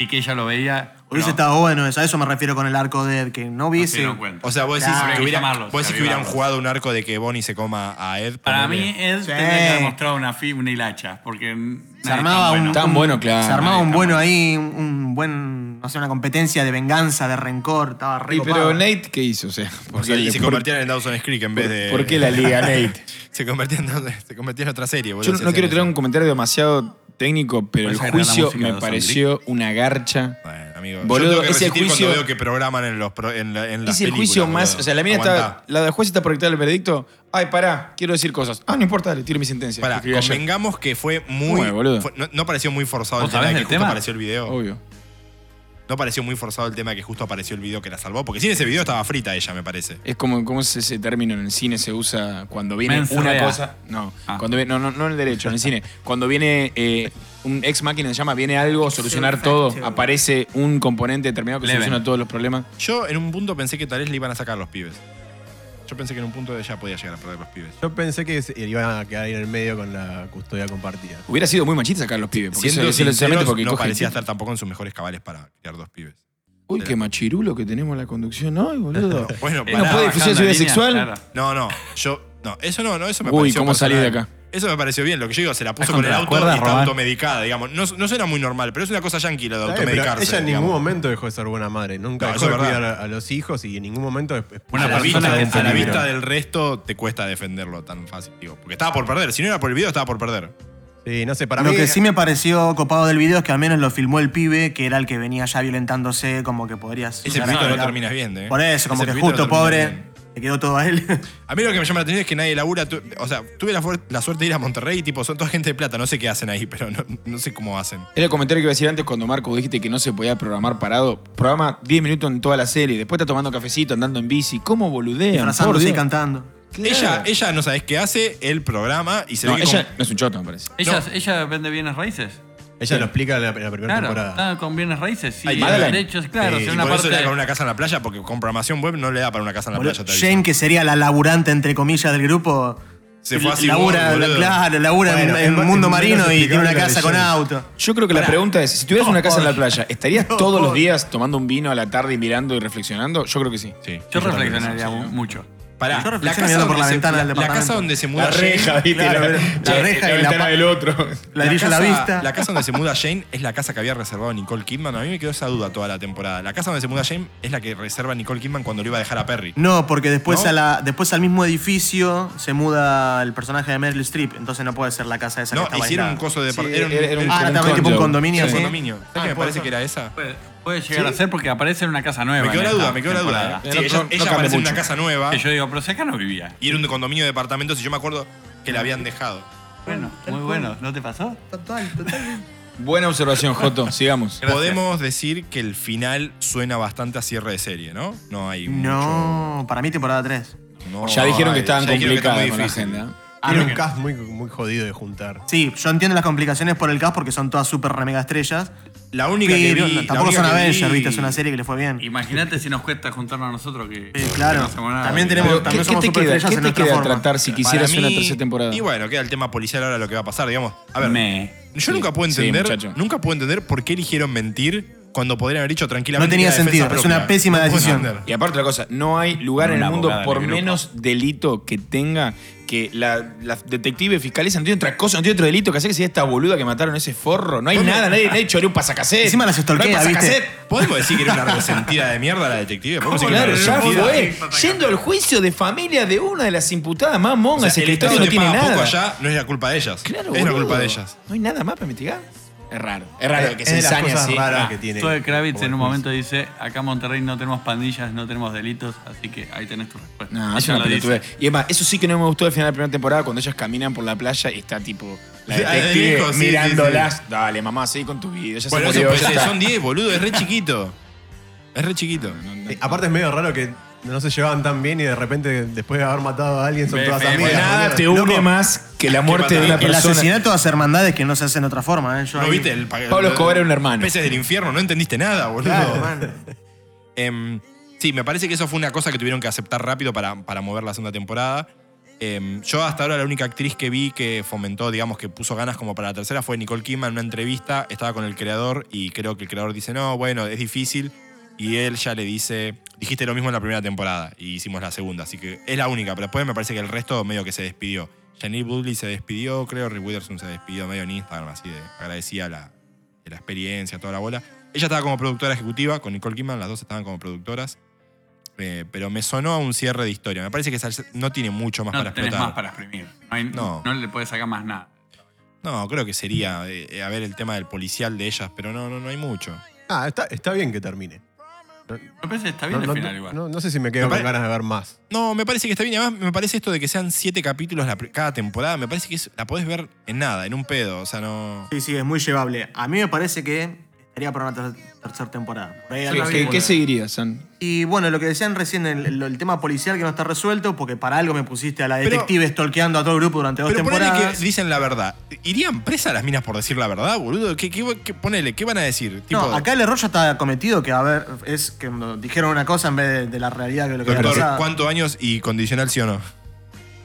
E: Y que ella lo veía.
C: Hubiese
E: no,
C: estado bueno eso. A eso me refiero con el arco de que no
E: no
C: hubiese.
E: se dieron cuenta.
A: O sea, vos decís
E: Claro. Habría
A: que,
E: que
A: hubiera-
E: llamarlos,
A: vos decís que hubieran
E: avivarlos.
A: jugado un arco de que Bonnie se coma a Ed.
E: para
A: ponele.
E: mí, él
C: Sí.
E: tendría que haber mostrado una, fi- una hilacha, porque
C: Se armaba un,
B: Tan
C: un-
B: bueno, claro.
C: Se armaba un
E: Está
C: bueno
E: bueno.
C: ahí, un- un buen, no sé, una competencia de venganza, de rencor, estaba re
B: Y
C: copado.
B: pero Nate, ¿qué hizo? O sea, ¿por
A: O sea,
B: qué-
A: y se
B: por-
A: convertían en Dawson's Creek en vez de.
B: ¿Por qué la liga, Nate?
A: Se convertían en, se convertían en otra serie, boludo,
B: Yo no,
A: si
B: no
A: hacían
B: quiero tirar
A: eso.
B: un comentario demasiado técnico, pero el
E: Parece que era la
B: juicio
E: música de
B: me
E: Dawson
B: pareció una garcha.
A: Bueno, amigo.
B: Boludo,
A: yo tengo que
B: ese
A: resistir
B: juicio-
A: cuando veo que programan en los pro- en, la, en las
B: Es el
A: películas,
B: juicio más.
A: boludo.
B: O sea, la mina está.
A: Aguantá.
B: La del juez está proyectada al veredicto. Ay, pará, quiero decir cosas. Ah, no importa, le tiro mi sentencia.
A: Pará,
B: Escribí ayer.
A: convengamos que fue muy.
B: Bueno, boludo.
A: fue- no, no pareció muy forzado el
E: ¿Vos
A: tema de
E: sabés
A: que
E: del
A: justo
E: tema?
A: apareció el video.
B: Obvio.
A: No pareció muy forzado el tema de que justo apareció el video que la salvó. Porque sin ese video estaba frita ella, me parece.
B: Es como, ¿cómo es ese término en el cine se usa cuando viene
E: Mens
B: una
E: rea.
B: cosa? No,
E: Ah.
B: cuando viene, no, no, no en el derecho, en el cine. Cuando viene eh, un ex máquina se llama, viene algo, solucionar todo,
C: Perfecto.
B: aparece un componente determinado que
E: Leven.
B: soluciona todos los problemas.
A: Yo en un punto pensé que tal vez le iban a sacar los pibes. Yo pensé que en un punto ella podía llegar a perder los pibes.
D: Yo pensé que se- iban a quedar ahí en el medio con la custodia compartida.
B: Hubiera sido muy machista sacar los pibes. Porque
A: Siendo
B: eso- eso es solamente
A: sinceros,
B: porque
A: no
B: coge el
A: parecía
B: tipo.
A: estar tampoco en sus mejores cabales para criar dos pibes.
B: Uy, qué machirulo que tenemos la conducción hoy, boludo.
A: Bueno,
B: Eh, no
A: pará.
B: puede difusión de su vida sexual.
A: No, no, yo. No, eso no, no, eso me
B: Uy,
A: pareció.
B: ¿cómo salí de
A: personal.
B: acá?
A: Eso me pareció bien, lo que yo digo, se la puso
E: Estás
A: con el
E: contra las
A: auto
E: cuerdas,
A: y está
E: Robán.
A: automedicada, digamos. No, no suena muy normal, pero es una cosa yankee lo de
D: Está bien, pero
A: automedicarse.
D: ella en
A: digamos.
D: ningún momento dejó de ser buena madre. Nunca
A: No,
D: dejó
A: eso
D: de
A: es
D: cuidar
A: verdad.
D: a, a los hijos y en ningún momento. es- es-
E: Una
A: a la,
E: persona
A: vista,
E: que
A: a la
E: se
A: vista
E: libró.
A: del resto te cuesta defenderlo tan fácil, digo. Porque estaba por perder. Si no era por el video, estaba por perder.
D: Sí, no sé, para
C: lo
D: mí.
C: que sí me pareció copado del video es que al menos lo filmó el pibe, que era el que venía ya violentándose, como que podrías.
A: Ese
C: llegar a
A: pibito no
C: hablar.
A: terminas bien, ¿eh?
C: Por eso, como
A: Ese
C: que
A: pibito no
C: justo,
A: termina
C: pobre,
A: bien.
C: le quedó todo a él.
A: A mí lo que me llama la atención es que nadie labura. tu- o sea, tuve la, fuer- la suerte de ir a Monterrey y, tipo, son toda gente de plata. No sé qué hacen ahí, pero no, no sé cómo hacen.
B: Era el comentario que iba a decir antes cuando Marco dijiste que no se podía programar parado. Programa 10 minutos en toda la serie, después está tomando cafecito, andando en bici. ¿Cómo boludea?
C: Disfrazándose y cantando.
A: Ella, ella no sabes qué hace, el programa y se
B: No,
A: ve que
B: ella
A: como-
B: no es un choto, me parece.
E: Ella, ella vende bienes raíces.
D: Ella lo explica en la, en la primera
E: Claro,
D: temporada.
E: está con bienes raíces.
A: Ay,
E: Y
B: Madeline.
E: derechos, claro.
D: Sí,
E: o sea,
A: eh, Y
E: una
A: por eso
E: parte,
A: le da con una casa en la playa, porque con programación web no le da para una casa en la
C: Boludo,
A: playa. te aviso.
C: Jane, que sería la laburante, entre comillas, del grupo.
A: Se fue así,
C: labura,
A: boludo.
C: Claro, labura
D: Bueno,
C: en, en
D: es
C: mundo
D: menos
C: marino y tiene una
D: explicable
C: casa
D: lo de
C: con
D: Jane.
C: auto.
B: Yo creo que la pregunta es, si tuvieras una casa en la playa, ¿estarías
C: No,
B: todos los
C: pobre.
B: días tomando un vino a la tarde y mirando y reflexionando? Yo creo que sí.
A: Sí.
E: yo
B: también
E: reflexionaría
B: pienso, sí,
E: mu- mucho.
A: Pará,
C: Yo reflexiono
A: la casa,
C: mirando por
A: donde
C: la
A: se-
C: ventana del
A: la
C: departamento.
A: casa donde se muda Jane.
B: ¿viste?
C: Claro, la reja y la pa-
B: otro.
C: Ladrillo a la
A: casa-
C: vista.
A: la casa donde se muda Jane es la casa que había reservado Nicole Kidman. A mí me quedó esa duda toda la temporada. La casa donde se muda Jane es la que reserva Nicole Kidman cuando lo iba a dejar a Perry.
C: No, porque después,
A: ¿No?
C: a la, después al mismo edificio se muda el personaje de Meryl Streep, entonces no puede ser la casa esa
A: No,
C: que estaba
A: hicieron
C: aislada.
A: un coso de.
B: Sí,
A: par-
B: era- era un
C: Ah,
B: como
C: también tipo un
B: condo.
C: condominio,
A: un
C: ¿sí?
A: condominio. ¿Sabes
C: Ah,
A: que me
C: puede
A: parece
C: ser.
A: que era esa?
E: Puede, puede llegar a ser porque aparece en una casa nueva.
A: Me quedó
E: en
A: la
E: esta
A: duda, me quedó la duda. ¿eh?
E: temporada.
A: Sí,
B: No,
A: ella
B: no, no
A: ella
B: cambia
A: aparece en
B: mucho.
A: una casa nueva
E: Que yo digo, pero si acá no vivía.
A: y era un condominio de departamentos y yo me acuerdo que la habían dejado.
E: Bueno, muy bueno. ¿No te pasó?
B: Buena observación, Joto. Sigamos.
E: Gracias.
A: Podemos decir que el final suena bastante a cierre de serie, ¿no? No hay
C: No, para mí temporada 3.
A: mucho- no
B: Ya dijeron que
A: hay-
B: estaban
A: ya dijeron que está
B: complicadas
A: muy
B: con la
A: difícil.
B: agenda.
D: Tiene
E: no,
D: un
E: que-
D: cast muy, muy jodido de juntar.
C: Sí, yo entiendo las complicaciones por el cast porque son todas super remega estrellas.
A: La única que
C: Pero
A: vi-
C: no,
A: la
C: tampoco
A: única
C: son
A: que
C: Avengers,
A: vi-
C: viste, es una serie que le fue bien.
E: Imagínate si nos cuesta juntarnos a nosotros que.
C: Sí, claro.
E: que no hacemos nada.
C: También tenemos-
B: Pero, ¿qué,
C: también
B: qué
C: somos
B: te queda,
C: superestrellas
B: ¿qué
C: en
B: te
C: nuestra
B: queda
C: forma.
B: tratar si quisieras
A: Para
B: una
A: mí-
B: tercera temporada?
A: Y bueno, queda el tema policial ahora lo que va a pasar, digamos. A ver,
E: Me.
A: yo nunca puedo
B: sí,
A: entender,
B: muchacho.
A: nunca puedo entender por qué eligieron mentir cuando podrían haber dicho tranquilamente.
C: No tenía
A: que era defensa
C: sentido, es una
A: propia.
C: pésima
A: puedo
C: decisión.
A: entender.
B: Y aparte otra cosa, no hay lugar
F: Con
B: en el
F: una
B: mundo
F: abogada en
B: por
F: el grupo.
B: menos delito que tenga que la, la detective fiscaliza no tiene otra cosa, no tiene otro delito que hacer que sea esta boluda que mataron ese forro. No hay nada, nadie, nadie choreó un pasacassette.
C: Encima las
B: no hay
C: stalkea, ¿viste?
B: pasacassette.
A: ¿Podemos decir que era una resentida de mierda la detective? ¿Podemos decir que era
B: Claro,
A: una
B: ya
A: resentida?
B: fue. Yendo al juicio de familia de una de las imputadas más
A: O sea,
B: mongas, el
A: el Estado
B: escritorio no
A: te
B: tiene
A: paga
B: nada.
A: poco allá, no es la culpa de ellas.
B: Claro,
A: es la
B: boludo.
A: culpa de ellas.
B: No hay nada más para mitigar. Es raro. Es raro que
D: Es
B: se
D: de las
B: ensañe
D: cosas
B: así.
D: raras
B: Ah.
D: que tiene.
E: Zoe Kravitz
D: como
E: en un
D: juez.
E: momento dice, acá en Monterrey no tenemos pandillas, no tenemos delitos, así que ahí tenés tu respuesta.
B: No,
E: Ella
B: es una
E: lo dice.
B: pelotudez. Y es más, eso sí que no me gustó al final de la primera temporada cuando ellas caminan por la playa y está tipo la
A: Sí,
B: detective
A: el hijo, sí,
B: mirándolas.
A: sí,
B: Dale, mamá, seguí con tu vida. Ya
A: Bueno, eso
B: se murió,
A: puede
B: ya
A: ser,
B: está.
A: son 10, boludo, es re chiquito. Es re chiquito.
D: Eh, Aparte es medio raro que no se llevaban tan bien y de repente después de haber matado a alguien son
E: Ve,
D: todas
E: ve,
D: amigas.
B: Nada
D: boludo.
B: te une más que la muerte de una
C: El
B: persona.
C: asesinato hace hermandades que no se hacen de otra forma, ¿eh? Yo
A: ¿No
C: ahí-
A: viste el pa-
B: Pablo Escobar era un hermano.
A: Peces del infierno, no entendiste nada, boludo.
C: Claro, mano.
A: Em, sí, me parece que eso fue una cosa que tuvieron que aceptar rápido para, para mover la segunda temporada. Em, yo hasta ahora la única actriz que vi que fomentó, digamos, que puso ganas como para la tercera fue Nicole Kidman en una entrevista. Estaba con el creador y creo que el creador dice, no, bueno, es difícil. Y él ya le dice, dijiste lo mismo en la primera temporada y hicimos la segunda. Así que es la única, pero después me parece que el resto medio que se despidió. Janine Woodley se despidió, creo, Rick Witherspoon se despidió medio en Instagram, así de agradecía la, de la experiencia, toda la bola. Ella estaba como productora ejecutiva con Nicole Kidman, las dos estaban como productoras. Eh, pero me sonó a un cierre de historia. Me parece que esa- no tiene mucho más
E: No
A: para
E: tenés
A: explotar.
E: más para exprimir. No, hay-
A: No.
E: no le puedes sacar más nada.
A: No, creo que sería eh, eh, a ver el tema del policial de ellas, pero no, no, no hay mucho.
D: Ah, está, está bien que termine.
E: Me parece que está
D: No,
E: bien
D: no-
E: el final igual.
D: no- no sé si me quedo
A: Me
D: con
A: pare-
D: ganas de ver más.
A: No, me parece que está bien. Y además, me parece esto de que sean siete capítulos la pr- cada temporada. Me parece que es- la podés ver en nada, en un pedo. O sea, no.
C: Sí, sí, es muy llevable. A mí me parece que estaría para una ter- tercera temporada. Por ahí algo
B: ¿Qué,
C: que-
B: qué seguiría, San?
C: Y bueno, lo que decían recién, el, lo- el tema policial que no está resuelto, porque para algo me pusiste a la
A: Pero-
C: detective stalkeando a todo el grupo durante dos
A: Pero ponele
C: temporadas.
A: que dicen la verdad. ¿Irían presas las minas por decir la verdad, boludo? ¿Qué, qué, qué- ponele, ¿qué van a decir? Tipo,
C: no, acá el error ya está cometido, que a ver, es que nos dijeron una cosa en vez de, de la realidad que lo que había
A: doctor,
C: pasado.
A: ¿cuántos años y condicional sí o no?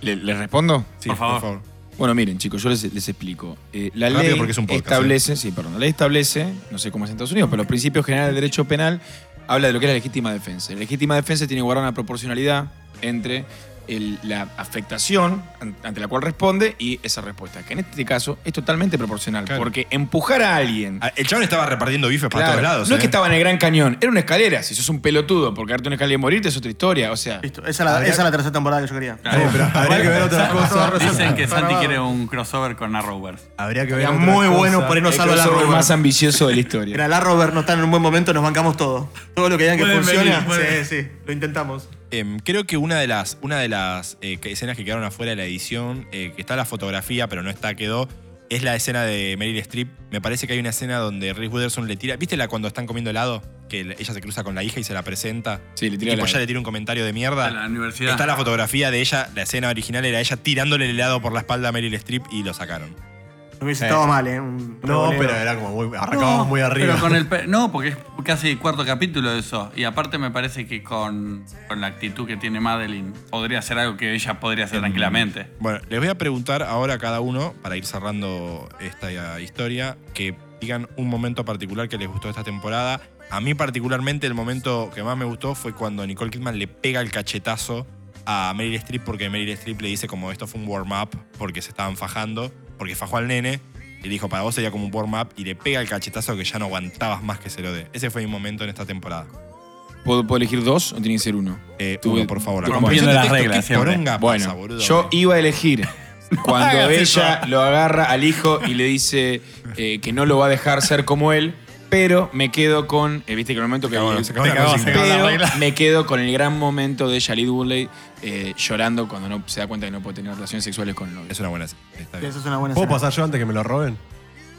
B: ¿Le, le respondo?
A: Sí,
E: Por favor.
B: Bueno, miren, chicos, yo les, les explico. Eh, la
A: Rápido
B: ley
A: porque es un podcast, eh.
B: establece, sí, perdón, la ley establece, no sé cómo es en Estados Unidos, pero los principios generales del derecho penal habla de lo que es la legítima defensa. La legítima defensa tiene que guardar una proporcionalidad entre el- la afectación an- ante la cual responde y esa respuesta, que en este caso es totalmente proporcional,
A: Claro.
B: porque empujar a alguien
A: Ah, El chabón estaba repartiendo bifes para
B: Claro.
A: todos lados.
B: no es
A: ¿eh?
B: que estaba en el Gran Cañón, era una escalera. Si sos un pelotudo por caerte en una escalera y morirte es otra historia. O sea,
C: Listo, esa es la, esa es la tercera temporada que yo quería.
E: Claro.
D: Eh, pero habría que ver otras cosas.
E: Dicen que Santi quiere un crossover con Arrowverse.
D: Habría que ver
C: Era
D: otras
C: muy
D: cosas.
C: bueno por irnos
B: el
C: a la
B: crossover
C: Robert.
B: más ambicioso de la historia.
C: Mira, la Robert no está en un buen momento, nos bancamos todo. Todo lo que digan que
E: Pueden venir,
C: funciona.
E: pueden.
C: sí, sí, lo intentamos.
A: Em, creo que una de las, una de las eh, que- escenas que quedaron afuera de la edición, eh, que está la fotografía, pero no está, quedó, es la escena de Meryl Streep. Me parece que hay una escena donde Reese Witherspoon le tira. ¿Viste la cuando están comiendo helado? Que la- ella se cruza con la hija y se la presenta.
B: Sí, le tira
A: Y tipo,
B: la-
A: ya le tira un comentario de mierda.
E: A la universidad.
A: Está la fotografía de ella, la escena original era ella tirándole el helado por la espalda a Meryl Streep y lo sacaron.
C: No hubiese estado mal, ¿eh? Un
D: No,
C: revoleo.
D: pero era como muy. Arrancábamos muy arriba.
E: Pero con el pe- no, porque es casi el cuarto capítulo de eso. Y aparte me parece que con, con la actitud que tiene Madeline podría ser algo que ella podría
A: Mm.
E: hacer tranquilamente.
A: Bueno, les voy a preguntar ahora a cada uno, para ir cerrando esta historia, que digan un momento particular que les gustó esta temporada. A mí particularmente el momento que más me gustó fue cuando Nicole Kidman le pega el cachetazo a Meryl Streep porque Meryl Streep le dice como esto fue un warm-up porque se estaban fajando, porque fajó al nene. Y le dijo, para vos sería como un warm-up y le pega el cachetazo que ya no aguantabas más que se lo dé. Ese fue mi momento en esta temporada.
B: ¿Puedo, puedo elegir dos o tiene que ser uno?
A: Eh,
B: Tuve-
A: uno, por favor.
B: tuve-
A: la
F: rompiendo
A: comprensión de
F: las
A: texto,
F: reglas
A: qué
F: siempre.
A: poronga
B: Bueno,
A: pasa, boludo.
B: yo iba a elegir cuando
A: hagas
B: ella
A: eso.
B: lo agarra al hijo y le dice eh, que no lo va a dejar ser como él, pero me quedo con. eh, Viste que en el momento que.
A: Bueno, se acabó la
F: cagó,
A: consigna.
F: se acabó la
B: pero
F: regla.
B: me quedo con el gran momento de Shalit Woodley eh, llorando cuando no se da cuenta que no puede tener relaciones sexuales con el novio.
A: Es una buena escena, está
C: Sí,
A: bien.
C: Esa es una buena
D: ¿Puedo
C: escena.
D: pasar yo antes que me lo roben?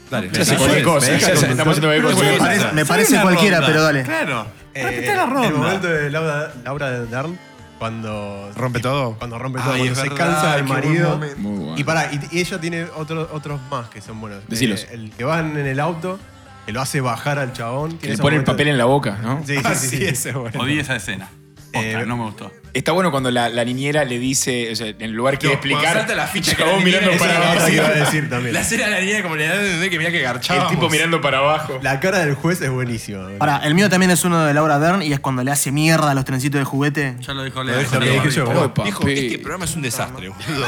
A: Dale.
B: Ya sé
A: Sí,
B: cualquier
A: sí,
B: cosa,
A: sí.
B: ya sé,
D: contestar?
B: estamos haciendo cualquier
C: Pues Me
B: cosa.
C: parece, me parece cualquiera, pero dale.
F: Claro.
D: Eh, el momento de Laura, Laura Dern cuando
A: ¿Rompe todo?
D: cuando rompe
A: Ay,
D: todo, cuando
A: es
D: se
A: verdad,
D: cansa del
A: qué buen
D: marido.
A: momento.
B: Muy bueno.
D: Y pará, y, y ella tiene otro- otros más que son buenos.
B: Decilos.
D: Eh, el que van en el auto, que lo hace bajar al chabón.
B: Que le pone el papel en la boca, ¿no?
D: Sí, sí, sí, sí.
A: Ah, ese, bueno.
E: Odié esa escena. Otra,
D: Eh,
E: no me gustó.
B: Está bueno cuando la, la niñera le dice, o sea, en lugar que
A: No,
B: explicar.
A: cuando salta la ficha que
B: acabó
A: la
B: mirando
A: niñera- esa es
B: para
A: la
B: abajo.
D: otra que iba a decir también.
A: La cena de la niña como le da desde que mirá que
B: El
A: garchábamos.
B: tipo mirando para abajo.
D: La cara del juez es buenísima. boludo.
C: Ahora, el mío también es uno de Laura Dern y es cuando le hace mierda a los trencitos de juguete.
E: Ya lo dijo
D: Lo
E: Leo.
D: dije- lo dije yo, boludo.
B: Opa,
A: Dijo,
B: pe-
A: este programa es un desastre, boludo.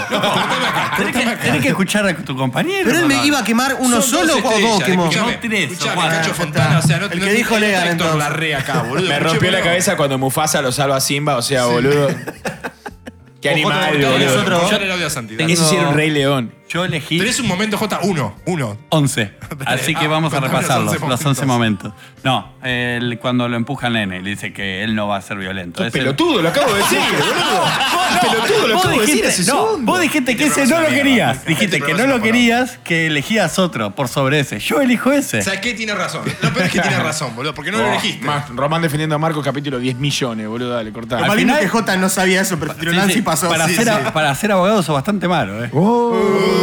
E: Tenés que, tenés que escuchar a tu compañero.
C: Pero él me
E: Donald.
C: iba a quemar uno
A: Son
C: solo o
A: estrellas,
C: dos quemó.
A: escuchame,
E: No, tres,
A: escuchame,
E: o cuatro.
A: Cacho Fontana, o sea, no
C: El que dijo
A: no,
C: Legan,
A: Héctor
C: entonces.
A: Larrea acá, boludo.
B: Me
A: Escuchame,
B: rompió la
A: boludo.
B: cabeza cuando Mufasa lo salva a Simba, o sea, boludo. Qué
A: Ojo,
B: animal,
A: J. Mortales,
B: boludo.
A: otro. Escuchar el audio a Santidad.
B: Ese sí era un rey león.
E: Yo elegí
A: Tenés un momento, J. Uno, uno.
E: 11. Así que
A: Ah,
E: vamos a
A: contame los
E: repasarlos,
A: 11
E: los 11
A: momentos.
E: momentos. No, el- cuando lo empuja al nene, le dice que él no va a ser violento. Es el-
B: Pelotudo, lo acabo de decir, boludo. Pelotudo, lo
E: Vos
B: acabo de decir hace
E: dijiste, no,
B: segundo.
E: vos dijiste que
A: Este
E: ese no
A: programa
E: lo
A: es una
E: querías.
A: mierda.
E: Dijiste
A: Este
E: que
A: programa
E: no
A: es
E: lo
A: una
E: querías, que elegías otro por sobre ese. Yo elijo ese.
A: ¿Sabes qué? Tiene razón. Lo peor es que tiene razón, boludo, porque no lo
B: Oh,
A: elegiste.
B: más, Román defendiendo a Marcos, capítulo 10 millones, boludo. Dale, cortá.
C: Lo
E: Al
C: más lindo
E: final-
C: es que Jota no sabía eso, pero
E: Sí,
C: Nancy
E: sí,
C: pasó
E: para,
C: así.
E: ser, a- para ser abogado sos bastante malo, eh.
A: Uh.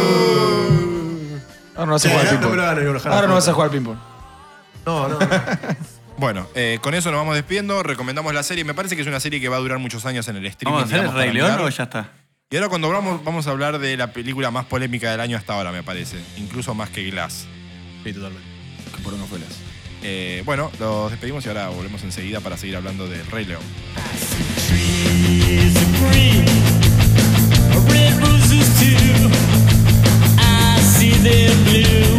B: Ahora no vas a
D: Sí,
B: jugar al
D: no, no me lo hagan
B: ping-pong.
D: enojar.
B: Ahora no vas a jugar al ping-pong.
D: No, no. no.
A: Bueno, eh, con eso nos vamos despidiendo. Recomendamos la serie. Me parece que es una serie que va a durar muchos años en el streaming.
E: Vamos a hacer
A: digamos,
E: el Rey
A: para
E: León
A: mirar.
E: o ya está.
A: Y ahora cuando hablamos, vamos a hablar de la película más polémica del año hasta ahora, me parece. Incluso más que Glass.
D: Sí, totalmente.
B: Por uno fue las.
A: Eh, bueno, los despedimos y ahora volvemos enseguida para seguir hablando del Rey León.
F: Trees are green, red roses too. I see their blue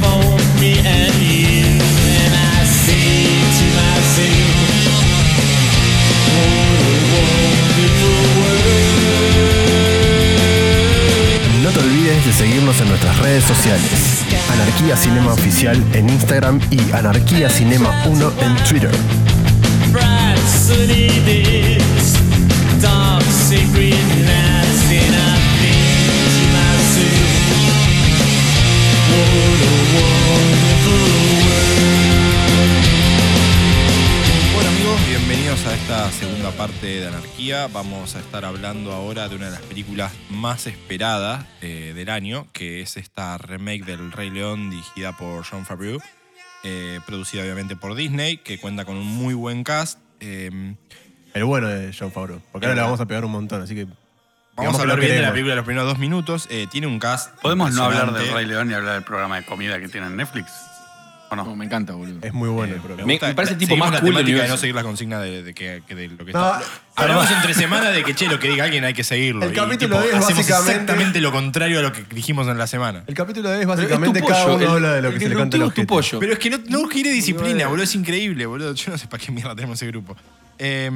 F: for me and you, and I say to myself,
G: No te olvides de seguirnos en nuestras redes sociales. Anarquía Cinema Oficial en Instagram y Anarquía Cinema 1 en Twitter.
F: bright sunny days, dark sacred nights, and I think to myself, what a wonderful world.
A: Bueno amigos, bienvenidos a esta segunda parte de Anarquía. Vamos a estar hablando ahora de una de las películas más esperadas eh, del año, que es esta remake del Rey León dirigida por John Favreau, eh, producida obviamente por Disney, que cuenta con un muy buen cast. Eh,
D: El bueno de John Favreau. Porque ahora le vamos a pegar un montón, así que.
A: vamos
D: que
A: a hablar
D: lo
A: bien de la
D: queremos.
A: película los primeros dos minutos. Eh, tiene un cast.
E: Podemos no hablar del
A: impresionante.
E: Rey León y hablar del programa de comida que tiene en Netflix. ¿O no?
B: No, me encanta, boludo.
D: Es muy
A: Eh,
D: bueno el programa.
B: Me-
A: gusta-
B: me parece el tipo
A: seguimos
B: más
A: la
B: cool del
A: temática de
B: universo.
A: no seguir la consigna de, de que, que de lo que
D: No,
A: está. Hablamos entre semana de que, che, lo que diga alguien hay que seguirlo.
D: El
A: Y,
D: capítulo
A: tipo,
D: de hoy es
A: Hacemos
D: básicamente-
A: exactamente lo contrario a lo que dijimos en la semana.
D: El capítulo de hoy es
B: Pero es tu
D: básicamente
B: pollo,
D: cada uno
B: el-
D: habla de lo
B: el
D: que se le canta el
B: disruptivo es tu
D: ojete.
B: pollo.
A: Pero es que no, no requiere disciplina, boludo. Es increíble, boludo. Yo no sé para qué mierda tenemos ese grupo. Eh,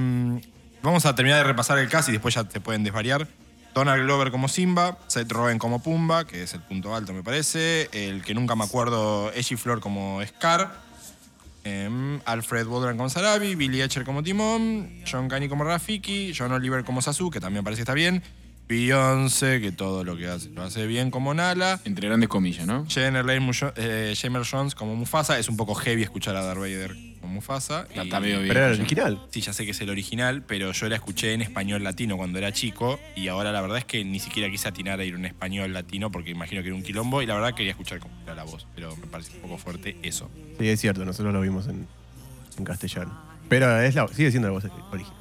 A: vamos a terminar de repasar el cast y después ya te pueden desvariar. Donald Glover como Simba, Seth Rogen como Pumba, que es el punto alto, me parece. El que nunca me acuerdo, Eji Flor como Scar. Em, Alfred Woodland como Sarabi, Billy Etcher como Timón, John Caney como Rafiki, John Oliver como Sasu, que también parece que está bien, Beyoncé, que todo lo que hace lo hace bien como Nala,
B: Entre grandes comillas, ¿no?
A: Jenner Lane Mujo- eh, Jamer Jones como Mufasa, es un poco heavy escuchar a Darth Vader como Mufasa.
B: Está,
A: y-
B: está medio bien.
D: Pero era el original.
A: Sí, ya sé que es el original, pero yo la escuché en español latino cuando era chico y ahora la verdad es que ni siquiera quise atinar a ir a un español latino porque imagino que era un quilombo y la verdad quería escuchar cómo era la voz, pero me parece un poco fuerte eso.
D: Sí, es cierto, nosotros lo vimos en, en castellano. Pero es la, sigue siendo la voz original.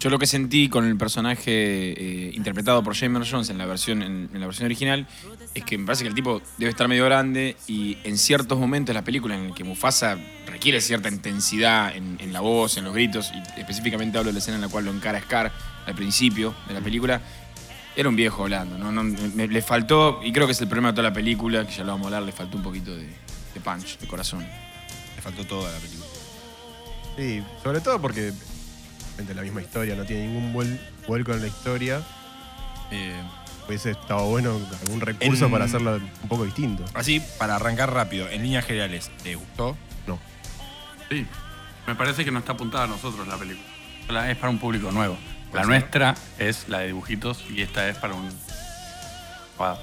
B: Yo lo que sentí con el personaje eh, interpretado por James Earl Jones en la versión en, en la versión original es que me parece que el tipo debe estar medio grande y en ciertos momentos de la película en el que Mufasa requiere cierta intensidad en, en la voz, en los gritos, y específicamente hablo de la escena en la cual lo encara Scar al principio de la película, era un viejo hablando, ¿no? No, me- le faltó, y creo que es el problema de toda la película, que ya lo vamos a hablar, le faltó un poquito de, de punch, de corazón.
A: Le faltó todo a la película.
D: Sí, sobre todo porque entre la misma historia, no tiene ningún vuel- vuelco en la historia.
A: Eh,
D: Hubiese estado bueno algún recurso
A: En-
D: para hacerlo un poco distinto.
A: Así, para arrancar rápido, en líneas generales, ¿te gustó?
D: No.
E: Sí. Me parece que no está apuntada a nosotros la película. La- es para un público nuevo. La nuestra es la de dibujitos y esta es para un. Wow.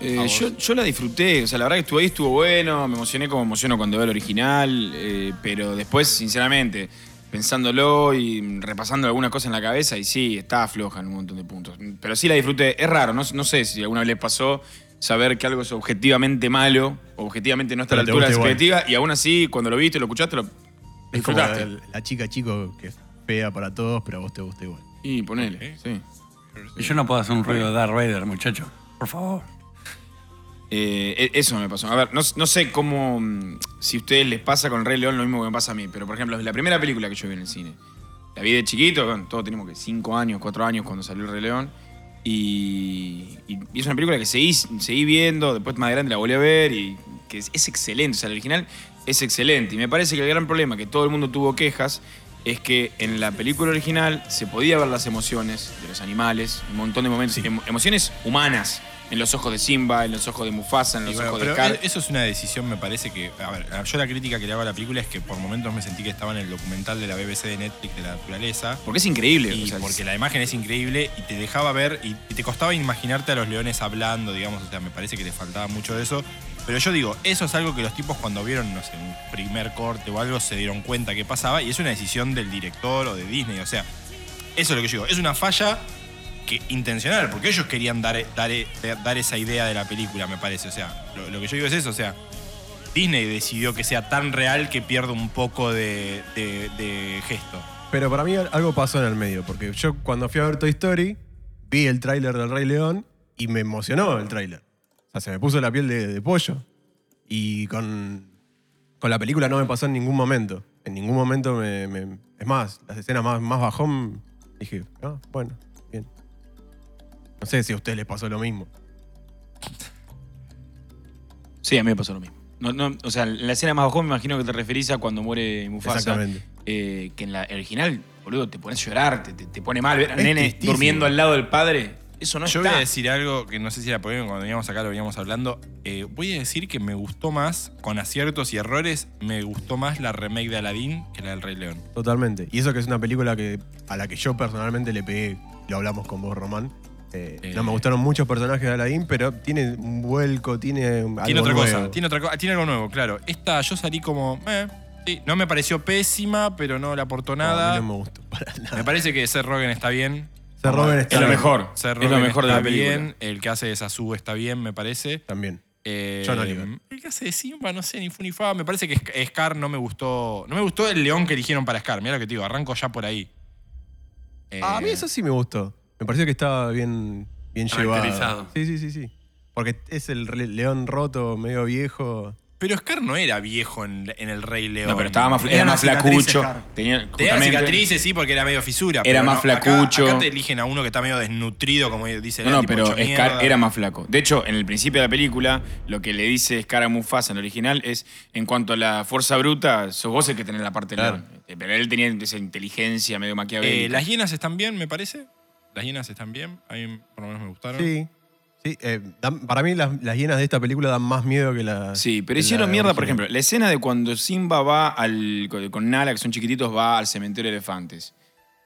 B: Eh,
A: ¿A vos?
B: yo, yo la disfruté, o sea, la verdad que estuve ahí, estuvo bueno, me emocioné como me emociono cuando veo el original, eh, pero después, sinceramente, pensándolo y repasando algunas cosas en la cabeza, y sí, está floja en un montón de puntos. Pero sí la disfruté, es raro, no, no sé si alguna vez les pasó saber que algo es objetivamente malo, objetivamente no está a la
D: Pero te
B: altura de la
D: gusta igual.
B: expectativa, y aún así, cuando lo viste, lo escuchaste, lo
D: Es como
B: disfrutaste.
D: el- la chica chico que fea para todos, pero a vos te gusta igual.
B: Y ponele, sí.
E: Y yo no puedo hacer un ruido de Darth Vader, muchacho. Por favor.
B: Eh, e- eso me pasó. A ver, no, no sé cómo. mm, Si a ustedes les pasa con el Rey León lo mismo que me pasa a mí, pero por ejemplo, la primera película que yo vi en el cine. La vi de chiquito, bueno, todos tenemos que 5 años, 4 años cuando salió el Rey León. Y, y- y es una película que seguí, seguí viendo, después más grande la volví a ver y que es, es excelente. O sea, el original es excelente. Y me parece que el gran problema que todo el mundo tuvo quejas es que en la película original se podía ver las emociones de los animales, un montón de momentos, emo- emociones humanas, en los ojos de Simba, en los ojos de Mufasa, en los
A: Y bueno,
B: ojos
A: pero
B: de Scar.
A: e- eso es una decisión, me parece que. A ver, yo la crítica que le hago a la película es que por momentos me sentí que estaba en el documental de la BBC de Netflix de la naturaleza.
B: Porque es increíble.
A: Y
B: o sea,
A: porque la imagen es increíble y te dejaba ver y, y te costaba imaginarte a los leones hablando, digamos. O sea, me parece que le faltaba mucho de eso. Pero yo digo, eso es algo que los tipos cuando vieron, no sé, un primer corte o algo, se dieron cuenta que pasaba y es una decisión del director o de Disney. O sea, eso es lo que yo digo. Es una falla que, intencional, porque ellos querían dar, dar, dar esa idea de la película, me parece. O sea, lo, lo que yo digo es eso. O sea, Disney decidió que sea tan real que pierda un poco de, de- de gesto.
D: Pero para mí al- algo pasó en el medio, porque yo cuando fui a ver Toy Story, vi el tráiler del Rey León y me emocionó el tráiler. O sea, se me puso la piel de, de pollo. Y con, con la película no me pasó en ningún momento. En ningún momento me... me- es más, las escenas más, más bajón, dije, ah, bueno, bien. No sé si a ustedes les pasó lo mismo.
B: Sí, a mí me pasó lo mismo. No, no, o sea, en la escena más abajo me imagino que te referís a cuando muere Mufasa.
D: Exactamente.
B: Eh, que en la original, boludo, te pones a llorar, te, te- te pone mal ver al
D: Es
B: nene
D: tristísimo.
B: durmiendo al lado del padre. Eso no
A: Yo
B: está.
A: voy a decir algo que no sé si era polémico cuando veníamos acá, lo veníamos hablando. Eh, voy a decir que me gustó más, con aciertos y errores, me gustó más la remake de Aladdin que la del Rey León.
D: Totalmente. Y eso que es una película que, a la que yo personalmente le pegué, lo hablamos con vos, Román. Eh,
A: Eh.
D: No me gustaron muchos personajes de Aladdin, pero tiene un vuelco, tiene algo
A: tiene otra cosa,
D: nuevo.
A: tiene, otra, co- ah, tiene algo nuevo, claro. Esta yo salí como, eh, sí, no me pareció pésima, pero no le aportó
D: No, a mí
A: nada.
D: No, me gustó para nada.
A: Me parece que Seth Rogen está bien.
D: Se roben
B: es lo mejor.
A: Seth
B: es lo
A: Rogen
B: mejor de la
A: está
B: película.
A: bien, El que hace de Sasu está bien, me parece.
D: También.
A: Eh,
D: John Oliver.
A: El que hace de Simba, no sé, ni fu ni fa. Me parece que Sc- Scar no me gustó. No me gustó el león que eligieron para Scar. Mira lo que te digo, arranco ya por ahí. Eh,
D: A mí eso sí me gustó. Me pareció que estaba bien, bien llevado.
E: Caracterizado.
D: Sí, sí, sí, sí. Porque es el re- león roto, medio viejo.
A: Pero Scar no era viejo en, en el Rey León.
B: No, pero estaba más, fla- era
C: Tenía
B: más
C: una cicatriz,
B: flacucho.
C: claro.
B: Tenía,
A: Tenía
B: justamente-
A: cicatrices, sí, porque era medio fisura.
B: Era
A: pero
B: más
A: no, acá-
B: flacucho.
A: Acá, te eligen a uno que está medio desnutrido, como dice
B: No,
A: el
B: no,
A: tipo
B: pero
A: hecho
B: Scar
A: mierda.
B: era más flaco. De hecho, en el principio de la película, lo que le dice Scar a Mufasa en el original es, en cuanto a la fuerza bruta, sos vos el que tenés la parte del león. Eh, Pero él tenía esa inteligencia medio maquiavélica.
A: Eh, las hienas están bien, me parece. Las hienas están bien. A mí por lo menos me gustaron.
D: Sí. Sí, eh, dan- para mí las, las hienas de esta película dan más miedo que las.
B: Sí, pero
D: que
B: hicieron
D: la
B: mierda, por
D: original.
B: ejemplo, la escena de cuando Simba va al, con- con Nala, que son chiquititos, va al cementerio de elefantes.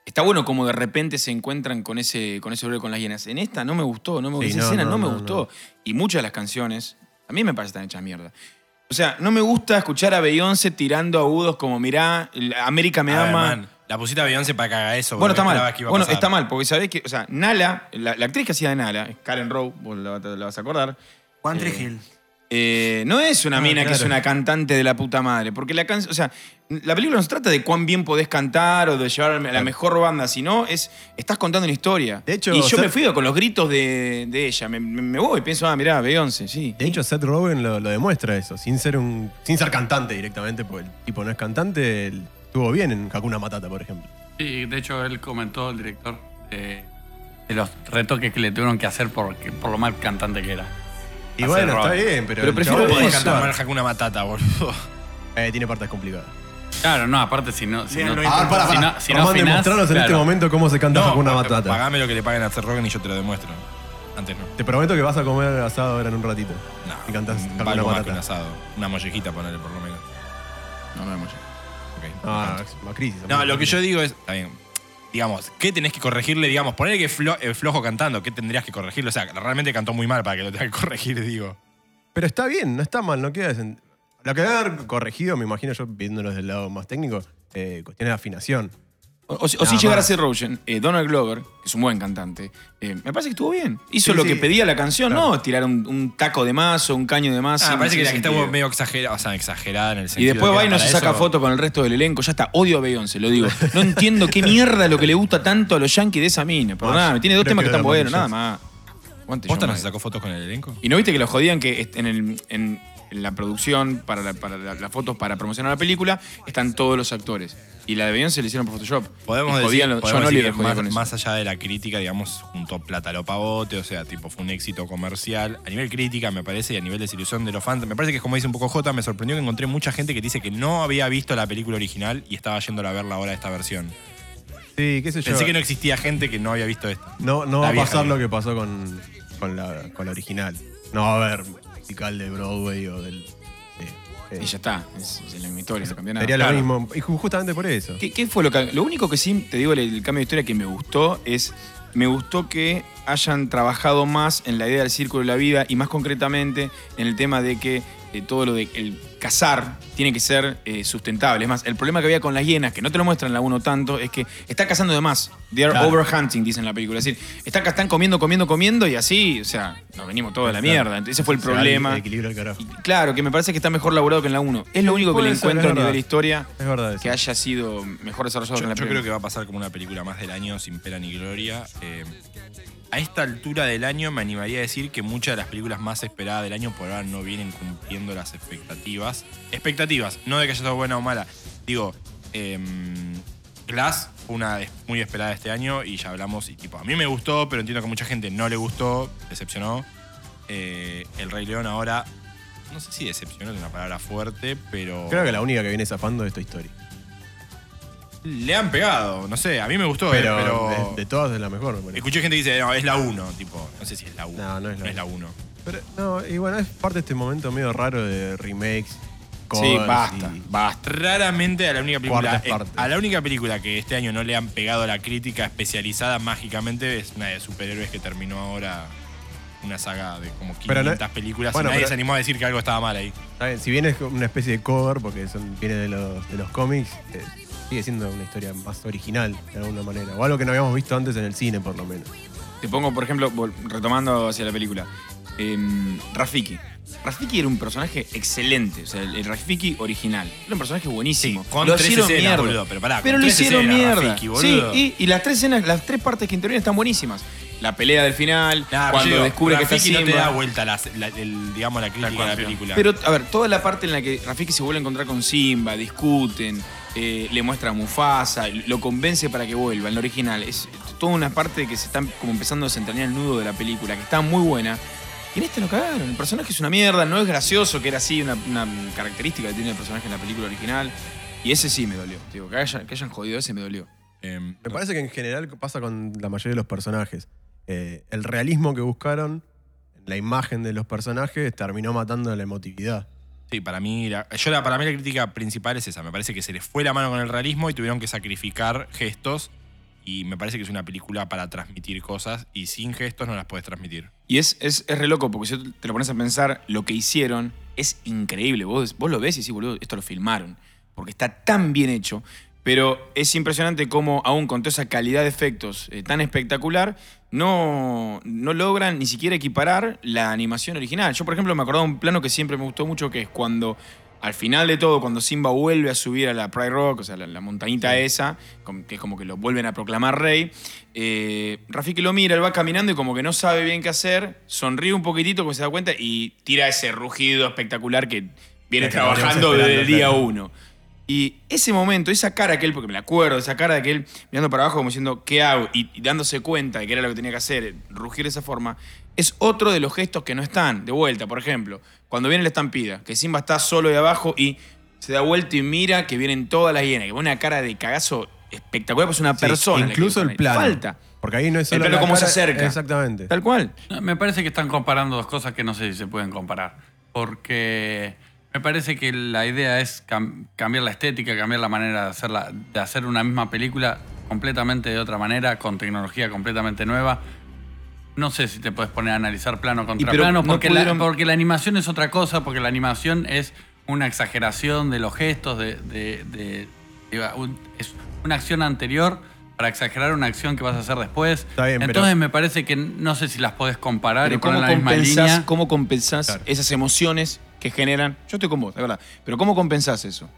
B: Está bueno como de repente se encuentran con ese con ese horario con las hienas. En esta no me gustó, no me
D: Sí,
B: esa
D: no,
B: escena no,
D: no,
B: me
D: no,
B: gustó. Y muchas de las canciones, a mí me parece que están hechas mierda. O sea, no me gusta escuchar a Beyoncé tirando agudos como, mirá, la- América me
A: A ver,
B: ama.
A: man, la pusiste a Beyoncé para cagar eso.
B: Bueno,
A: porque
B: está mal.
A: esperabas que iba a
B: Bueno,
A: pasar.
B: está mal, porque sabés que, o sea, Nala, la, la actriz que hacía de Nala, es Karen Rowe, vos la, la vas a acordar.
C: Juan
B: Eh,
C: Trigil.
B: eh, no es una
D: Ah,
B: mina que
D: claro.
B: es una cantante de la puta madre. Porque la canción. O sea, la película no se trata de cuán bien podés cantar o de llevar a la mejor banda, sino es. Estás contando una historia.
D: De hecho,
B: y yo
D: Seth-
B: me fui con los gritos de, de ella. Me, me- me voy y pienso, ah, mirá, Beyoncé, sí.
D: De hecho, Seth Rogen lo, lo demuestra eso, sin ser un. sin ser cantante directamente, porque el tipo no es cantante, él estuvo bien en Hakuna Matata, por ejemplo.
E: Sí, de hecho él comentó, el director, eh, de los retoques que le tuvieron que hacer porque, por lo mal cantante que era.
D: Y
E: Hace
D: bueno, está
E: rock.
D: bien, pero.
B: Pero
D: el
B: prefiero
D: chabón
A: No
B: poder
A: podés
D: puede
A: cantar
D: actuar.
A: mal Hakuna Matata, boludo.
D: Eh, tiene partes complicadas.
E: Claro, no, aparte si no... Si
C: Bien,
E: no,
C: lo
E: si
C: intentó.
E: no-
C: Ah,
E: si
C: pará,
E: no, si no
D: Román,
E: afinás,
D: demostranos en
E: claro.
D: este momento cómo se canta Hakuna
A: pa-
D: Matata.
A: Pagame lo que le paguen a Seth Rogen y yo te lo demuestro. Antes no.
D: Te prometo que vas a comer asado ahora en un ratito.
A: No,
D: Y cantás
A: un
D: Hakuna
A: palo más
D: Matata.
A: que un asado. Una mollejita, ponerle por lo menos.
B: No, no, no, no.
A: Ok,
D: Ah,
A: perfecto.
D: es una crisis.
A: no, lo que yo digo es. Está bien. Digamos, ¿qué tenés que corregirle? Digamos, ponerle que es flo- eh, flojo cantando, ¿qué tendrías que corregirle? O sea, realmente cantó muy mal para que lo tenga que corregir, digo.
D: Pero está bien, no está mal, no queda. desen- Lo que debe haber corregido, me imagino yo viéndolo desde el lado más técnico, eh, cuestiones de afinación.
B: O, o si- o si llegara a ser Rogen, eh, Donald Glover, que es un buen cantante, eh, me parece que estuvo bien. Hizo
D: Sí,
B: lo
D: sí.
B: que pedía la canción, no tirar un, un taco de más o un caño de más.
A: Ah,
B: sin-
A: parece que
B: sin
A: la que está
B: sentido.
A: medio exagerada, o sea, exagerada en el
B: Y
A: sentido.
B: después
A: que
B: va y no
A: para
B: se saca
A: eso-
B: foto con el resto del elenco. Ya está, odio a Beyoncé, lo digo. No entiendo qué mierda lo que le gusta tanto a los yankees de esa mina. Perdóname, tiene dos
D: creo
B: temas que
D: que
B: están
D: era
B: buenos, nada
D: Michael
B: más. Aguante,
A: ¿Posta
B: John
A: no se
B: Mayer.
A: sacó fotos con el elenco?
B: ¿Y no viste que lo jodían que est- en, el- en- en la producción, para, la- para la- las fotos para promocionar la película, están todos los actores? Y la de Beyoncé la hicieron por Photoshop.
A: Podemos
B: Y
A: decir,
B: jodían los-
A: podemos
B: John
A: decir
B: Oliver
A: que
B: jodía
A: más,
B: con eso.
A: más allá de la crítica, digamos, junto Plata a lo pavote, o sea, tipo, fue un éxito comercial. A nivel crítica, me parece, y a nivel desilusión de los fans, me parece que es como dice un poco J, me sorprendió que encontré mucha gente que dice que no había visto la película original y estaba yéndola a verla ahora de esta versión.
D: Sí, qué sé yo.
A: Pensé que no existía gente que no había visto esta.
D: No,
A: La
D: no va a
A: vieja,
D: pasar
A: digo.
D: lo que pasó con, con, la, con la original. No va a haber musical de Broadway o del. de- de-
B: Y ya está, es, es la misma historia, no cambió nada.
D: Sería lo
B: Claro.
D: mismo. Y ju- justamente por eso.
B: ¿Qué, qué fue lo que.? Lo único que sí te digo el cambio de historia que me gustó es. Me gustó que hayan trabajado más en la idea del círculo de la vida y más concretamente en el tema de que eh, todo lo de el cazar tiene que ser eh, sustentable. Es más, el problema que había con las hienas, que no te lo muestran en la 1 tanto, es que está cazando de más. They are
D: Claro.
B: overhunting, dicen en la película. Es decir, están, están comiendo, comiendo, comiendo y así, o sea, nos venimos todos a la mierda. Entonces, ese fue el
D: Se va
B: problema.
D: El equilibrio al carajo.
B: Y claro, que me parece que está mejor laburado que en la 1. Es lo único que le
D: Puede ser,
B: encuentro a
D: es
B: nivel
D: verdad.
B: historia
D: Es verdad. eso.
B: que haya sido mejor desarrollado que
A: Yo,
B: en
A: yo
B: la primera.
A: creo que va a pasar como una película más del año, sin pena ni gloria. Eh, a esta altura del año me animaría a decir que muchas de las películas más esperadas del año por ahora no vienen cumpliendo las expectativas. Expectativas, no de que haya estado buena o mala. Digo, em, Glass fue una es- muy esperada este año y ya hablamos y tipo, a mí me gustó, pero entiendo que a mucha gente no le gustó, decepcionó. Eh, El Rey León ahora, no sé si decepcionó es una palabra fuerte, pero...
D: Creo que la única que viene zafando de esta historia.
A: Le han pegado, no sé, a mí me gustó, eh,
D: Pero,
A: pero...
D: de, de todas es la mejor, me parece.
A: Escuché gente que dice, no, es la 1, tipo, no sé si es la 1.
D: No, no es la
A: es la 1.
D: Pero, no, y bueno, es parte de este momento medio raro de remakes.
B: Sí,
D: covers
B: basta,
D: y-
B: basta.
A: Raramente a la única película
D: Cuartas partes.
A: a la única película que este año no le han pegado la crítica especializada mágicamente es una de superhéroes que terminó ahora una saga de como
D: Pero no-
A: 500 películas
D: bueno,
A: y nadie
D: pero-
A: se animó a decir que algo estaba mal ahí.
D: Está bien, Si bien es una especie de cover, porque son, viene de los, de los cómics, eh, sigue siendo una historia más original, de alguna manera. O algo que no habíamos visto antes en el cine, por lo menos.
B: Te pongo, por ejemplo, vol- retomando hacia la película, em, Rafiki. Rafiki era un personaje excelente, o sea, el, el Rafiki original. Era un personaje buenísimo.
A: Sí, con
B: lo
A: tres
B: hicieron
A: escenas,
B: mierda.
A: boludo, pero pará, con
B: pero lo
A: tres
B: hicieron
A: escenas,
B: mierda.
A: Rafiki,
B: sí,
A: boludo.
B: y, y las tres escenas, las tres partes que intervienen están buenísimas. La pelea del final,
A: Nah, pero
B: cuando
A: yo digo,
B: descubre que está
A: Rafiki no te
B: Simba.
A: da vuelta la, la- el, digamos, la crítica
E: cual,
A: de la
E: sí.
A: película.
B: Pero, a ver, toda la parte en la que Rafiki se vuelve a encontrar con Simba, discuten, eh, le muestra a Mufasa, lo convence para que vuelva, en la original. Es toda una parte que se está como empezando a desentrañar el nudo de la película, que está muy buena. Y en esta lo cagaron. El personaje es una mierda, no es gracioso, que era así una, una característica que tiene el personaje en la película original. Y ese sí me dolió. Digo, que hayan, que hayan jodido ese me dolió.
A: Em,
D: Me parece que en general pasa con la mayoría de los personajes. Eh, el realismo que buscaron en la imagen de los personajes terminó matando la emotividad.
A: Sí, para mí, la, yo la, para mí la crítica principal es esa. Me parece que se les fue la mano con el realismo y tuvieron que sacrificar gestos. Y me parece que es una película para transmitir cosas y sin gestos no las puedes transmitir.
B: Y es, es, es re loco, porque si te lo pones a pensar, lo que hicieron es increíble. Vos, vos lo ves y decís, boludo, esto lo filmaron, porque está tan bien hecho. Pero es impresionante cómo, aún con toda esa calidad de efectos eh, tan espectacular, no, no logran ni siquiera equiparar la animación original. Yo, por ejemplo, me acordaba de un plano que siempre me gustó mucho, que es cuando, al final de todo, cuando Simba vuelve a subir a la Pride Rock, o sea, la, la montañita esa, com- que es como que lo vuelven a proclamar rey, eh, Rafiki lo mira, él va caminando y como que no sabe bien qué hacer, sonríe un poquitito, como se da cuenta, y tira ese rugido espectacular que viene
D: Que veníamos
B: trabajando desde el
D: esperando,
B: día
D: claro.
B: uno. Y ese momento, esa cara que él, porque me la acuerdo, esa cara de que él mirando para abajo como diciendo, ¿qué hago? Y, y dándose cuenta de que era lo que tenía que hacer, rugir de esa forma, es otro de los gestos que no están. De vuelta, por ejemplo, cuando viene la estampida, que Simba está solo de abajo y se da vuelta y mira que vienen todas las hienas, que pone una cara de cagazo espectacular, pues es una
D: Sí,
B: persona. la que
D: Incluso
B: usan
D: el
B: ahí.
D: plano.
B: Falta.
D: Porque ahí no es
B: El
D: solo
B: plano
D: la
B: como se
D: cara-
B: acerca.
D: Exactamente.
B: Tal cual.
E: No, Me parece que están comparando dos cosas que no sé si se pueden comparar. Porque me parece que la idea es cam- cambiar la estética, cambiar la manera de, hacerla, de hacer una misma película completamente de otra manera, con tecnología completamente nueva. No sé si te puedes poner a analizar plano contra
B: pero
E: plano,
B: no
E: porque,
B: pudieron-
E: la, porque la animación es otra cosa, porque la animación es una exageración de los gestos, de, de- de- iba- un- es una acción anterior para exagerar una acción que vas a hacer después.
D: Está bien, pero-
E: Entonces me parece que no sé si las podés comparar y
B: Pero
E: poner
B: ¿cómo
E: en la misma
B: compensás,
E: línea.
B: cómo compensás
D: Claro.
B: esas emociones que generan? Yo estoy con vos, de verdad. Pero ¿cómo compensás eso?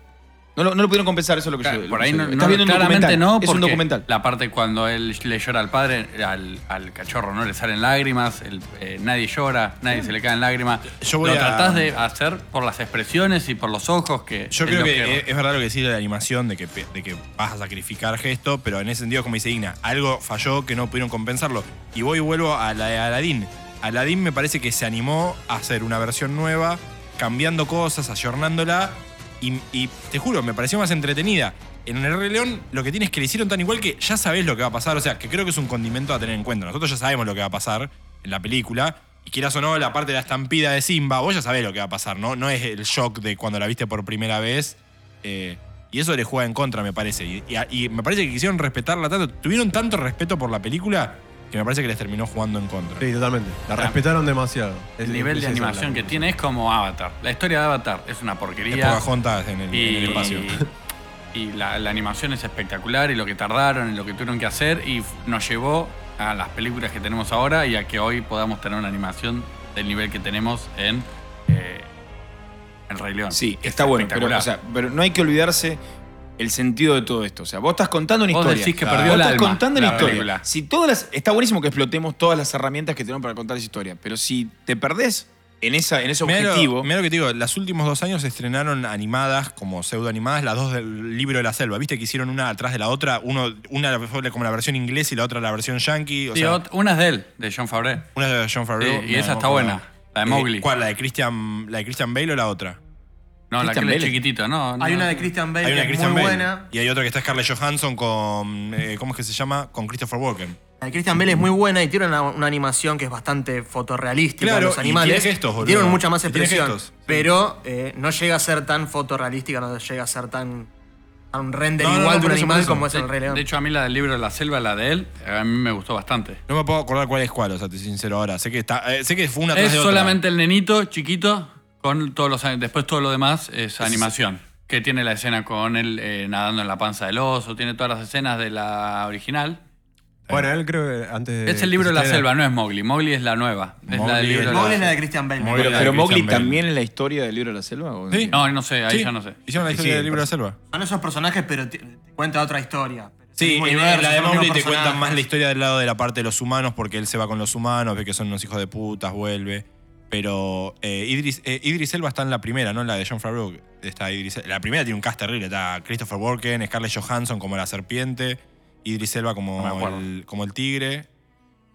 B: No lo, no lo pudieron compensar, eso es lo que
E: Claro,
B: yo...
E: por
B: lo
E: ahí
B: que
E: no,
B: yo-
E: no-
B: Estás viendo un
E: claramente
B: documental.
E: no,
B: es un
E: porque
B: documental.
E: La parte cuando él le llora al padre, al, al cachorro no le salen lágrimas, el- eh, nadie llora, nadie se le caen lágrimas.
A: Yo voy
E: lo
A: a-
E: tratás de hacer por las expresiones y por los ojos que.
A: Yo
E: él
A: creo
E: los
A: que eh,
E: pierde.
A: es, es verdad lo que decís de la animación, de que, pe- de que vas a sacrificar gesto, pero en ese sentido, como dice Igna, algo falló que no pudieron compensarlo. Y voy y vuelvo a la de Aladdin. Aladdin me parece que se animó a hacer una versión nueva, cambiando cosas, ayornándola, y, y te juro, me pareció más entretenida. En el Rey León lo que tiene es que le hicieron tan igual que ya sabés lo que va a pasar, o sea, que creo que es un condimento a tener en cuenta. Nosotros ya sabemos lo que va a pasar en la película, y quieras o no, la parte de la estampida de Simba, vos ya sabés lo que va a pasar, ¿no? No es el shock de cuando la viste por primera vez. eh, y eso le juega en contra, me parece. Y, y a- y me parece que quisieron respetarla tanto. Tuvieron tanto respeto por la película que me parece que les terminó jugando en contra.
D: Sí, totalmente. La respetaron demasiado. Es-
E: El nivel
D: es esa
E: de animación
D: la-
E: que tiene es como Avatar. La historia de Avatar es una
A: Es
E: porquería.
A: Pocahontas en el, en el espacio.
E: y la, la animación es espectacular y lo que tardaron y lo que tuvieron que hacer y f- nos llevó a las películas que tenemos ahora y a que hoy podamos tener una animación del nivel que tenemos en eh, El Rey León.
B: Sí,
E: Que es
B: está bueno, pero,
E: espectacular.
B: o sea, pero no hay que olvidarse el sentido de todo esto. O sea, vos estás contando una
E: Vos
B: historia.
E: decís que
B: Claro.
E: perdió
B: Vos
E: el
B: estás
E: alma,
B: contando una
E: la
B: historia.
E: película.
B: Si todas las- está buenísimo que explotemos todas las herramientas que tenemos para contar esa historia, pero si te perdés en, esa, en ese
A: Mirá
B: objetivo...
A: lo, mirá lo que te digo, los últimos dos años se estrenaron animadas, como pseudo animadas, las dos del libro de la selva. ¿Viste que hicieron una atrás de la otra? Uno, una fue como la versión inglesa y la otra la versión yankee. O
E: Sí,
A: sea,
E: ot- una es de él, de John Favreau.
A: Una de John Favreau.
E: Sí, y
A: no,
E: esa
A: no
E: está
A: me
E: buena,
A: acuerdo.
E: la de Mowgli.
A: ¿Cuál? ¿La de Christian, la de Christian Bale o la otra?
E: No, la que
B: Christian
E: él es
B: Bale.
E: chiquitito, no.
C: Hay
E: no.
C: una de Christian Bale
A: Hay una
C: que
A: de
C: es
A: Christian
C: muy
A: Bale.
C: buena.
A: Y hay otra que está Scarlett Johansson con. eh, ¿Cómo es que se llama? Con Christopher Walken.
C: La de Christian Bale es muy buena y tiene una, una animación que es bastante fotorrealística
A: Claro,
C: de los
A: y
C: animales.
A: tiene gestos, boludo.
C: Tienen mucha más
A: Y tiene
C: expresión.
A: gestos, sí.
C: Pero eh, no llega a ser tan fotorrealística, no llega a ser tan. a un render
A: No, no, no,
C: igual de
A: por
C: un
A: eso, por
C: animal
A: eso.
C: como es el Rey
E: de,
C: León.
E: de hecho, a mí la del libro de la selva, la de él, a mí me gustó bastante.
A: No me puedo acordar cuál es cuál, o sea, te soy sincero ahora. Sé que está. eh, sé que fue una atrás
E: Es
A: de otra.
E: solamente el nenito chiquito con todos los después todo lo demás es animación que tiene la escena con él eh, nadando en la panza del oso tiene todas las escenas de la original
D: Bueno, él creo que antes de.
E: es el libro de la
D: que se
E: selva no es Mowgli Mowgli es la nueva es la
A: Mowgli
E: del libro
A: es
E: de
C: Mowgli
E: la
C: es la de Christian Bale.
A: Mowgli.
B: pero
A: la de
B: pero Mowgli
A: Christian Bale.
B: también es la historia del libro de la selva. ¿o
A: Sí.
E: no no sé ahí
A: Sí,
E: ya no sé
A: Hicieron la historia
D: Sí,
A: del libro de la selva.
C: Son esos personajes, pero te- te cuenta otra historia. Es el
A: Sí,
C: mismo
A: en
C: universo,
A: la de
C: son los
A: Mowgli
C: mismos
A: te cuentan
C: personajes.
A: más la historia del lado de la parte de los humanos, porque él se va con los humanos, ve que son unos hijos de putas, vuelve. Pero eh, Idris, eh, Idris Elba está en la primera, ¿no? En la de John Favreau. Está Idris, la primera tiene un cast terrible. Está Christopher Walken, Scarlett Johansson como la serpiente, Idris Elba como,
E: No me acuerdo.
A: el, como el tigre.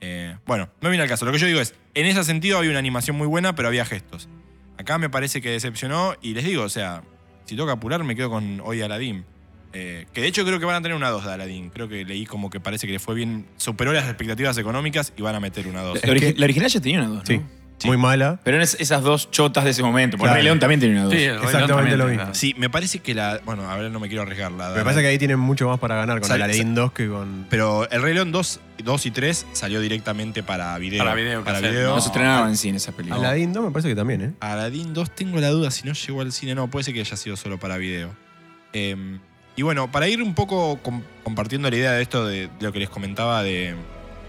A: Eh, bueno, no viene al caso. Lo que yo digo es, en ese sentido había una animación muy buena, pero había gestos. Acá me parece que decepcionó y les digo, o sea, si toca apurar me quedo con hoy Aladdin. Eh, que de hecho creo que van a tener una 2 de Aladdin. Creo que leí como que parece que le fue bien, superó las expectativas económicas y van a meter una 2.
D: Eh.
B: La, origi- la original ya tenía una dos, ¿no?
D: Sí. Muy mala.
B: Pero eran es- esas dos chotas de ese momento. Porque
D: Claro.
B: Rey León también tenía una dos.
E: Sí, el Rey León
D: Exactamente lo
E: también,
D: mismo.
E: claro.
A: Sí, me parece que la... Bueno, a ver, no me quiero arriesgar. La,
D: Me parece que ahí tienen mucho más para ganar con
A: Sal-
D: la Aladdin 2 que con.
A: Pero el Rey León 2, 2 y 3 salió directamente para video.
E: Para video,
A: Para
E: cassette,
A: video.
B: No se estrenaba en cine esa película.
D: Aladdin 2 me parece que también, ¿eh?
A: Aladdin 2 tengo la duda si no llegó al cine. No, puede ser que haya sido solo para video. Eh, y bueno, para ir un poco com- compartiendo la idea de esto, de, de lo que les comentaba de,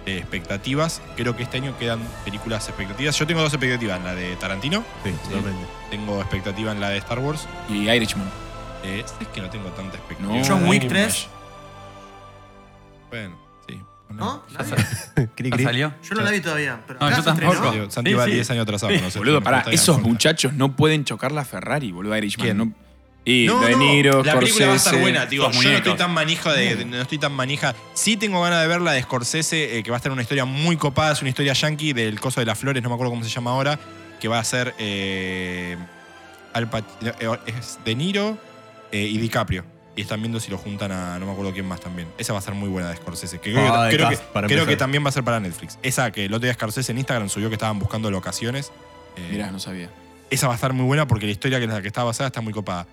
A: de expectativas, creo que este año quedan películas expectativas. Yo tengo dos expectativas, la de Tarantino,
D: Sí, totalmente.
A: tengo expectativa en la de Star Wars.
B: Y Irishman.
A: Eh, es que no tengo tanta expectativa.
B: No.
C: John Wick
B: Ay,
C: 3,
A: Bueno, sí.
C: ¿no?
E: ya, sa-
D: Cri,
E: ya
D: cri.
E: salió
C: Yo no la vi todavía, pero.
E: No,
C: ¿acá
E: yo
C: se estrenó?
E: tampoco.
A: Digo, Santi
E: Sí,
A: va
E: sí.
A: 10 años atrasado. no sé,
B: Boludo,
A: me
B: pará,
A: falta
B: esos
A: la cuenta.
B: muchachos no pueden chocar la Ferrari, boludo, Irishman.
A: ¿Quién?
B: No- y
A: No,
B: De
A: no,
B: Niro,
A: la película va a estar
B: Scorsese,
A: buena, digo,
B: los
A: yo no estoy
B: muñecos.
A: tan manija de, de- no estoy tan manija. Sí tengo ganas de ver la de Scorsese, eh, que va a estar una historia muy copada, es una historia yankee del coso de las flores, no me acuerdo cómo se llama ahora, que va a ser eh, Al Pac- eh, es De Niro eh, y DiCaprio. Y están viendo si lo juntan a no me acuerdo quién más también. Esa va a ser muy buena de Scorsese. que creo,
D: Ah,
A: que,
D: de
A: creo
D: Cast,
A: que-
D: para
A: creo
D: empezar.
A: que también va a ser para Netflix. Esa que el otro día Scorsese en Instagram subió que estaban buscando locaciones. eh,
B: Mirá, no sabía.
A: esa va a estar muy buena porque la historia en la que está basada está muy copada.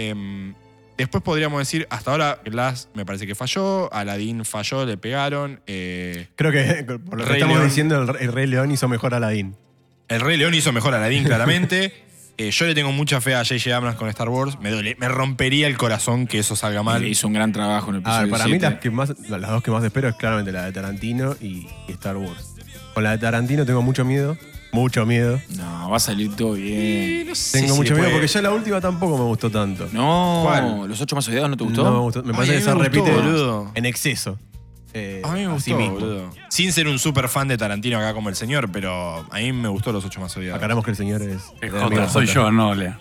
A: Em, después podríamos decir, hasta ahora Glass me parece que falló, Aladdin falló, le pegaron. eh,
D: Creo que por lo que
A: Rey
D: estamos
A: León.
D: diciendo, el, el Rey León hizo mejor a Aladdin.
A: el Rey León hizo mejor a Aladdin, claramente. Eh, yo le tengo mucha fe a J.J. Abrams con Star Wars. Me, duele- me rompería el corazón que eso salga mal.
B: Hizo un gran trabajo en el episodio
D: A ver, Ah, para mí
B: siete.
D: las, que más, las dos que más espero es claramente la de Tarantino y, y Star Wars. Con la de Tarantino tengo mucho miedo, mucho miedo.
B: No, va a salir todo bien.
D: Tengo
A: si
D: mucho
A: después-
D: miedo porque ya la última tampoco me gustó tanto.
B: No,
A: ¿Cuál?
B: ¿los ocho más odiados no te gustó?
D: No me gustó. Me
A: Ay,
D: parece
A: a
D: que
A: mí
D: se
A: me gustó,
D: repite
A: boludo.
D: en exceso. Eh,
A: A mí me
D: así
A: gustó,
D: mismo.
A: boludo. Sin ser un super fan de Tarantino acá como el señor, pero a mí me gustó los ocho más odiados.
D: Aclaramos que el señor es.
E: Es
D: es
E: Jota,
D: amigo
E: soy
D: Jota.
E: yo, no Lea.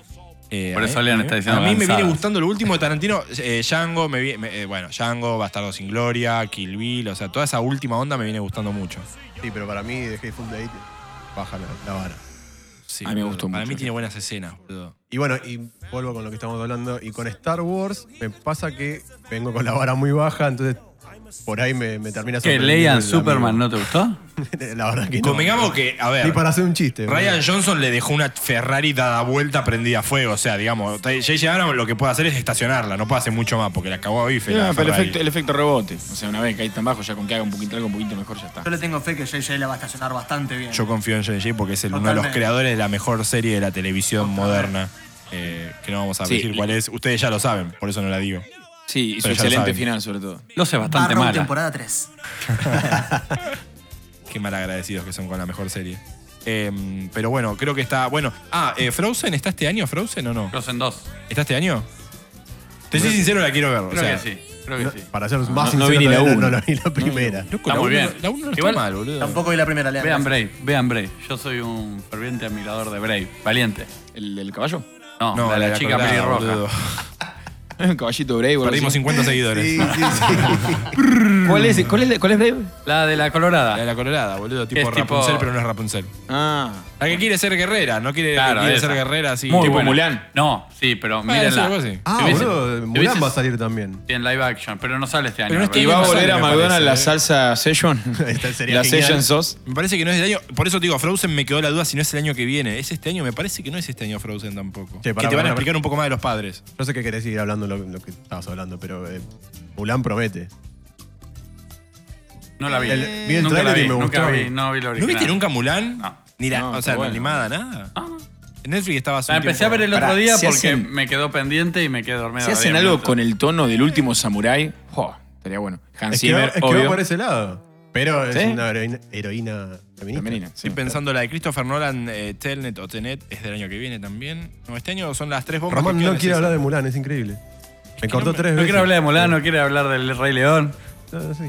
A: Eh,
E: Por
A: a
E: eso
A: mí-
E: Lean está diciendo
A: A mí me
E: avanzadas.
A: viene gustando lo último de Tarantino. eh, Django, me vi- me- eh, bueno, Django, Bastardo sin Gloria, Kill Bill, o sea, toda esa última onda me viene gustando mucho.
D: Sí, pero para mí, de Hateful Eight baja la, la vara.
A: Sí,
B: A mí me
A: boludo.
B: gustó
A: Para
B: mucho.
A: mí tiene buenas escenas, boludo.
D: Y bueno, y vuelvo con lo que estamos hablando. Y con Star Wars, me pasa que vengo con la vara muy baja, entonces por ahí me, me termina
E: Que
D: sorprendiendo
E: leían
D: el
E: Superman, ¿no te gustó?
D: amigo. la verdad que no.
A: Convengamos que, a ver,
D: Ni para hacer un chiste.
A: Ryan Johnson le dejó una Ferrari dada vuelta prendida a fuego. O sea, digamos, J.J. Abrams lo que puede hacer es estacionarla, no puede hacer mucho más porque la cagó a bife.
B: No,
A: la
B: Ah, pero el
A: Ferrari.
B: efecto, el efecto rebote. O sea, una vez que ahí tan bajo, ya con que haga un poquito algo un poquito mejor, ya está.
C: Yo le tengo fe que JJ la va a estacionar bastante bien.
A: Yo confío en J.J. porque es el- uno de los
C: Totalmente.
A: creadores de la mejor serie de la televisión moderna. eh, que no vamos a
B: Sí,
A: decir cuál es. Ustedes ya lo saben, por eso no la digo.
B: Sí, hizo
A: Pero
B: un
A: ya lo
B: excelente
A: saben.
B: final, sobre todo.
E: Lo sé bastante
C: Barrow,
E: mala.
C: temporada 3.
A: Qué mal agradecidos que son con la mejor serie. Eh, pero bueno, creo que está. Bueno, ah, eh, Frozen, ¿está este año Frozen o no?
E: Frozen 2.
A: ¿Está este año? Te soy sincero, la quiero ver. o
E: Creo
A: sea,
E: que sí, creo que
D: No,
E: sí.
D: para ser más
B: no
D: sincero,
B: vi ni la
D: todavía no,
B: uno.
D: no la vi la primera.
A: Loco,
E: Está
A: la
E: muy
A: uno-
E: bien.
A: La uno no está
E: Igual-
A: mal, boludo.
C: Tampoco vi la primera, Lean.
E: Vean Brave, vean Brave. Yo soy un ferviente admirador de Brave. Valiente.
B: ¿El, del caballo?
E: No,
A: No,
E: la, la chica
A: colgada,
E: pelirroja.
A: boludo.
B: El caballito Brave. o algo
A: Perdimos
B: así.
A: 50 seguidores.
B: ¿Cuál es, cuál, es, ¿Cuál es Brave?
E: La de la colorada.
A: La de la colorada, boludo. Tipo
E: Es tipo-
A: Rapunzel, pero no es Rapunzel.
B: Ah.
A: La que quiere ser guerrera, no quiere,
E: Claro,
A: quiere
E: esa.
A: ser guerrera así.
E: Muy
B: Tipo
E: buena.
B: Mulan.
E: No, sí, pero
A: Bueno, sí, algo
E: mírenla.
A: así.
D: Ah,
E: Te hubiese-
D: boludo,
E: te
D: Mulan
E: hubiese-
D: va a salir también.
E: En live action, pero no sale este año.
A: Pero no
E: me
A: está-
B: ¿Y
E: parece.
B: va a volver a
A: me
B: McDonald's
A: parece,
B: la
A: eh.
B: salsa Session?
D: Esta sería
B: la
D: genial.
B: Session Sauce.
A: Me parece que no es del año. Por eso te digo, Frozen me quedó la duda si no es el año que viene. ¿Es este año? Me parece que no es este año Frozen tampoco.
D: Che, pará,
A: que te van
D: pará,
A: a explicar un poco más de los padres.
D: No sé qué querés ir hablando lo, lo que estabas hablando, pero eh, Mulan promete.
E: No la vi.
D: El- vi el
E: nunca la
D: tráiler y
E: vi,
D: me
E: nunca
D: gustó.
E: vi, no vi la
A: ¿No
E: original.
A: viste nunca Mulan?
E: No.
A: Ni la, o
B: No, está
A: sea,
B: bueno.
A: no animada, nada. En Netflix estaba hace
E: La
A: un
E: Ah, empecé a
A: tiempo.
E: ver el otro
B: Pará,
E: día
B: si
E: porque
B: hacen-
E: me quedó pendiente y me quedé dormido.
B: Si hacen algo con el tono del último samurái, jo, estaría bueno. Hans
D: Es que, va,
B: Zimmer,
D: es que va
B: Ah, obvio.
D: por ese lado. Pero es
B: ¿Sí?
D: una heroína, heroína feminista.
B: Femenina, sí.
A: Estoy pensando la de Christopher Nolan, eh, Telnet o Tenet, es del año que viene también. No, este año son las tres bombas.
D: Román
A: que
D: no
A: quedan,
D: quiere
A: es
D: hablar de
A: esa.
D: Mulan, es increíble. Me cortó tres
E: No
D: veces.
E: quiero hablar de Mulan, no quiero hablar del Rey León.
D: Ah, sí,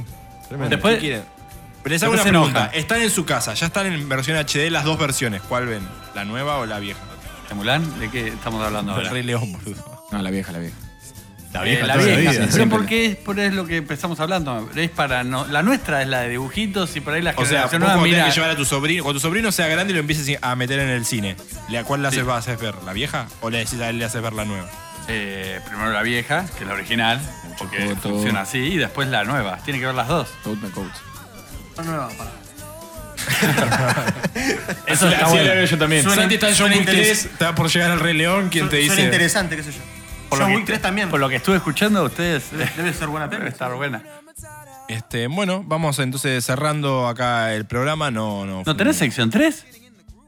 D: tremendo.
E: Después-
A: ¿Qué quieren? Pero les hago
E: Después
A: una
E: se
A: pregunta.
E: enoja.
A: Están en su casa, ya están en versión HD las dos versiones. ¿Cuál ven? ¿La nueva o la vieja?
E: ¿De Mulan? ¿De qué estamos hablando
A: El
E: ahora?
A: Rey León, boludo.
B: No, la vieja, la vieja.
D: la
E: Eh,
D: vieja,
E: la
D: toda la
E: vieja,
D: vida.
E: sí, pero
B: siempre.
E: ¿por qué es, por es lo que empezamos hablando? Es para no- la nuestra es la de dibujitos y por ahí la
A: O sea, vos
E: generación nueva
A: cuando tenés
E: mira.
A: que llevar a tu sobrino, cuando tu sobrino sea grande y lo empieces a meter en el cine, ¿la cuál la
E: Sí.
A: haces, vas a hacer ver? ¿La vieja? ¿O le decís a él le haces ver la nueva?
E: Eh, primero la vieja, que es la original, porque
B: Mucho foto.
E: funciona así, y después la nueva. Tiene que ver las dos.
B: Toad my coat.
C: No, no, no, pará.
E: Eso está bueno.
B: yo también.
A: Santi está en John Wick
C: interés-
A: 3, está por llegar al Rey León, quien te
C: Suena
A: dice.
C: interesante, qué sé yo.
E: lo
C: John
E: que-
C: Wick 3 también.
E: Por lo que estuve escuchando, ustedes eh,
C: Debe ser buena
E: debe
C: peli.
E: estar buena.
A: Este, bueno, vamos entonces cerrando acá el programa. No, no.
E: ¿No tenés sección 3?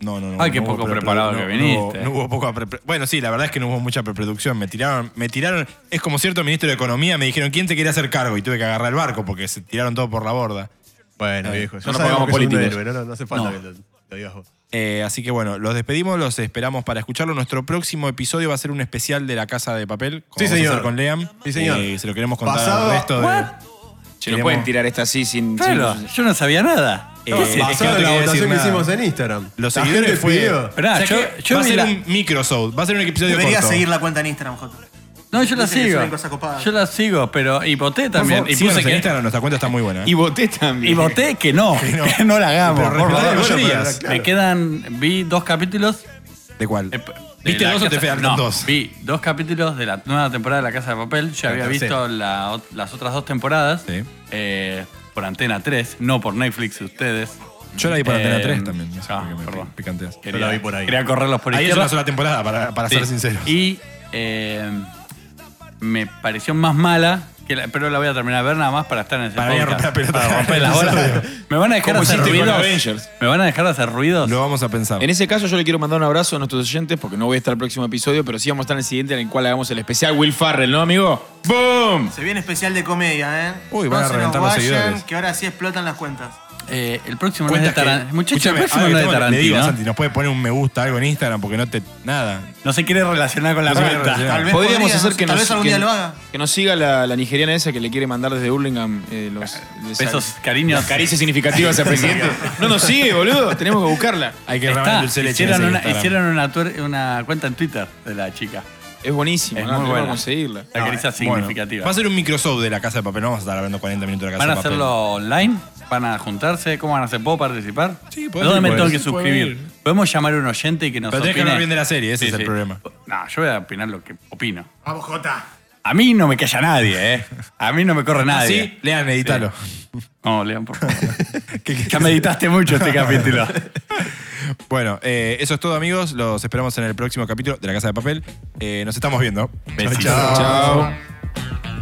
A: No, no, no.
E: Ay, qué
A: no hubo
E: poco
A: pre-
E: preparado
A: no-
E: que
A: no hubo-
E: viniste.
A: No, hubo poca pre- pre- Bueno, sí, la verdad es que no hubo mucha preproducción. Me tiraron, me tiraron. Es como cierto ministro de Economía, me dijeron quién te quería hacer cargo y tuve que agarrar el barco porque se tiraron todo por la borda.
D: Bueno, viejo. ya
B: no
D: sabemos
B: pagamos
D: que es un
B: políticos.
D: héroe, no, no hace falta
E: No.
D: que lo, lo digas vos.
A: Eh, así que bueno, los despedimos, los esperamos para escucharlo. Nuestro próximo episodio va a ser un especial de la Casa de Papel. como
D: Sí,
A: vamos a
D: señor.
A: hacer con Leam.
D: Sí, señor.
A: Eh, se lo queremos contar al
D: Basado-
A: resto de.
B: Che, no
A: Queremos-
B: pueden tirar esta así sin. sin-
E: Claro, yo no sabía nada.
A: Eh, es que no te quería
D: Basado en la
A: decir
D: votación que
A: nada.
D: hicimos en Instagram.
A: Los
D: La
A: seguidores
D: gente
A: fue-
D: pidió.
E: Esperá,
A: O sea
E: yo-
A: que
E: yo
A: va a
E: vi
A: ser
E: la-
A: un microsode, va a ser un episodio
C: Debería
A: corto.
C: seguir la cuenta en Instagram, Jota.
E: No, yo la
C: Dice que
E: sigo.
C: suben cosas copadas.
E: Yo la sigo, pero y voté
A: Por favor,
E: también. Y
A: síganos
E: puse
A: en
E: que.
A: Instagram, nuestra cuenta está muy buena. ¿eh?
B: Y voté también.
E: Y voté que no, que no, la hagamos.
A: Pero
E: por
A: respetá
E: favor.
A: los
E: Yo-
A: días.
E: Me quedan, vi dos capítulos.
A: ¿De cuál?
E: eh, p-
A: ¿Viste
E: de la
A: dos o te
E: Casa-
A: quedaron
E: no,
A: dos?
E: Vi dos capítulos de la nueva temporada de La Casa de Papel. Ya
D: La
E: había
D: tercera.
E: visto la ot- las otras dos temporadas
A: Sí.
E: eh, por Antena 3, no por Netflix ustedes.
A: Yo la vi por Antena
E: Eh,
A: 3 también. No sé
E: ah,
A: por qué me
E: perdón.
A: picanteas.
E: Quería,
D: vi por ahí.
E: quería correrlos por
A: Ahí es
E: izquierda.
A: una sola temporada, para, para ser
E: Sí.
A: sincero.
E: Y eh, me pareció más mala que la- pero la voy a terminar de ver nada más para estar en ese
A: Para ir a
E: podcast.
A: romper la pelota.
E: Para romper las bolas. ¿Me van a dejar
B: Como
E: hacer
B: hiciste con
E: ruidos?
B: Avengers.
E: ¿Me van a dejar hacer ruidos?
A: Lo vamos a pensar.
B: En ese caso, yo le quiero mandar un abrazo a nuestros oyentes porque no voy a estar el próximo episodio, pero sí vamos a estar en el siguiente en el cual hagamos el especial Will Farrell, ¿no, amigo? ¡Boom!
C: Se viene especial de comedia, ¿eh?
A: Uy, van a
C: No se nos
A: reventar los
C: vayan,
A: seguidores.
C: Que ahora sí explotan las cuentas.
E: Eh, el próximo no es de
A: Cuentas que-
E: Tarantino. Muchachos, el
A: Escúchame,
E: próximo
A: algo
E: no es de
A: tengo que- le digo a Santi,
E: Tarantino.
A: nos puede poner un me gusta algo en Instagram porque no te. Nada.
E: No se quiere relacionar con la
A: No se quiere
E: cuenta.
A: relacionar.
C: Tal vez
B: Podríamos
C: podría,
B: hacer
C: no sé,
B: que
C: tal
B: nos,
C: vez algún
B: que-
C: día lo haga.
B: que nos siga la, la nigeriana esa que le quiere mandar desde Hurlingham eh, los les-
E: Besos, cariños.
B: Caricias significativas al presidente. No nos sigue, boludo. Tenemos que buscarla.
A: Hay que
E: Está,
A: grabar el dulce de leche. en
E: hicieron
A: ese
E: una,
A: Instagram.
E: hicieron una, tuer- una cuenta en Twitter de la chica.
B: Es buenísimo,
E: Es
B: ¿no?
E: muy
B: Tenemos que
E: buena.
B: conseguirla.
E: La caricia
A: Ah, Bueno,
E: significativa.
A: va a ser un microsoft de la casa de papel. No vamos a estar hablando 40 minutos de la casa
E: ¿Van a
A: de papel.
E: hacerlo online? ¿Van a juntarse? ¿Cómo van a hacer? ¿Puedo participar?
A: Sí, podés
E: ¿Dónde
A: ir,
E: me
A: podés.
E: tengo que
A: Sí, podés
E: suscribir?
A: ir.
E: ¿Podemos llamar a un oyente y que nos
A: Pero tenés que
E: opine?
A: hablar bien de la serie, ese es el problema.
E: No, yo voy a opinar lo que opino. Vamos, Jota. A mí no me calla nadie, ¿eh? A mí no me corre nadie.
A: ¿Ah, Sí, lean, editalo.
E: No, Lean, por favor. ya meditaste mucho este capítulo.
A: Bueno, eh, eso es todo, amigos. Los esperamos en el próximo capítulo de La Casa de Papel. Eh, nos estamos viendo.
E: Besitos.
A: Chao.
B: Chao.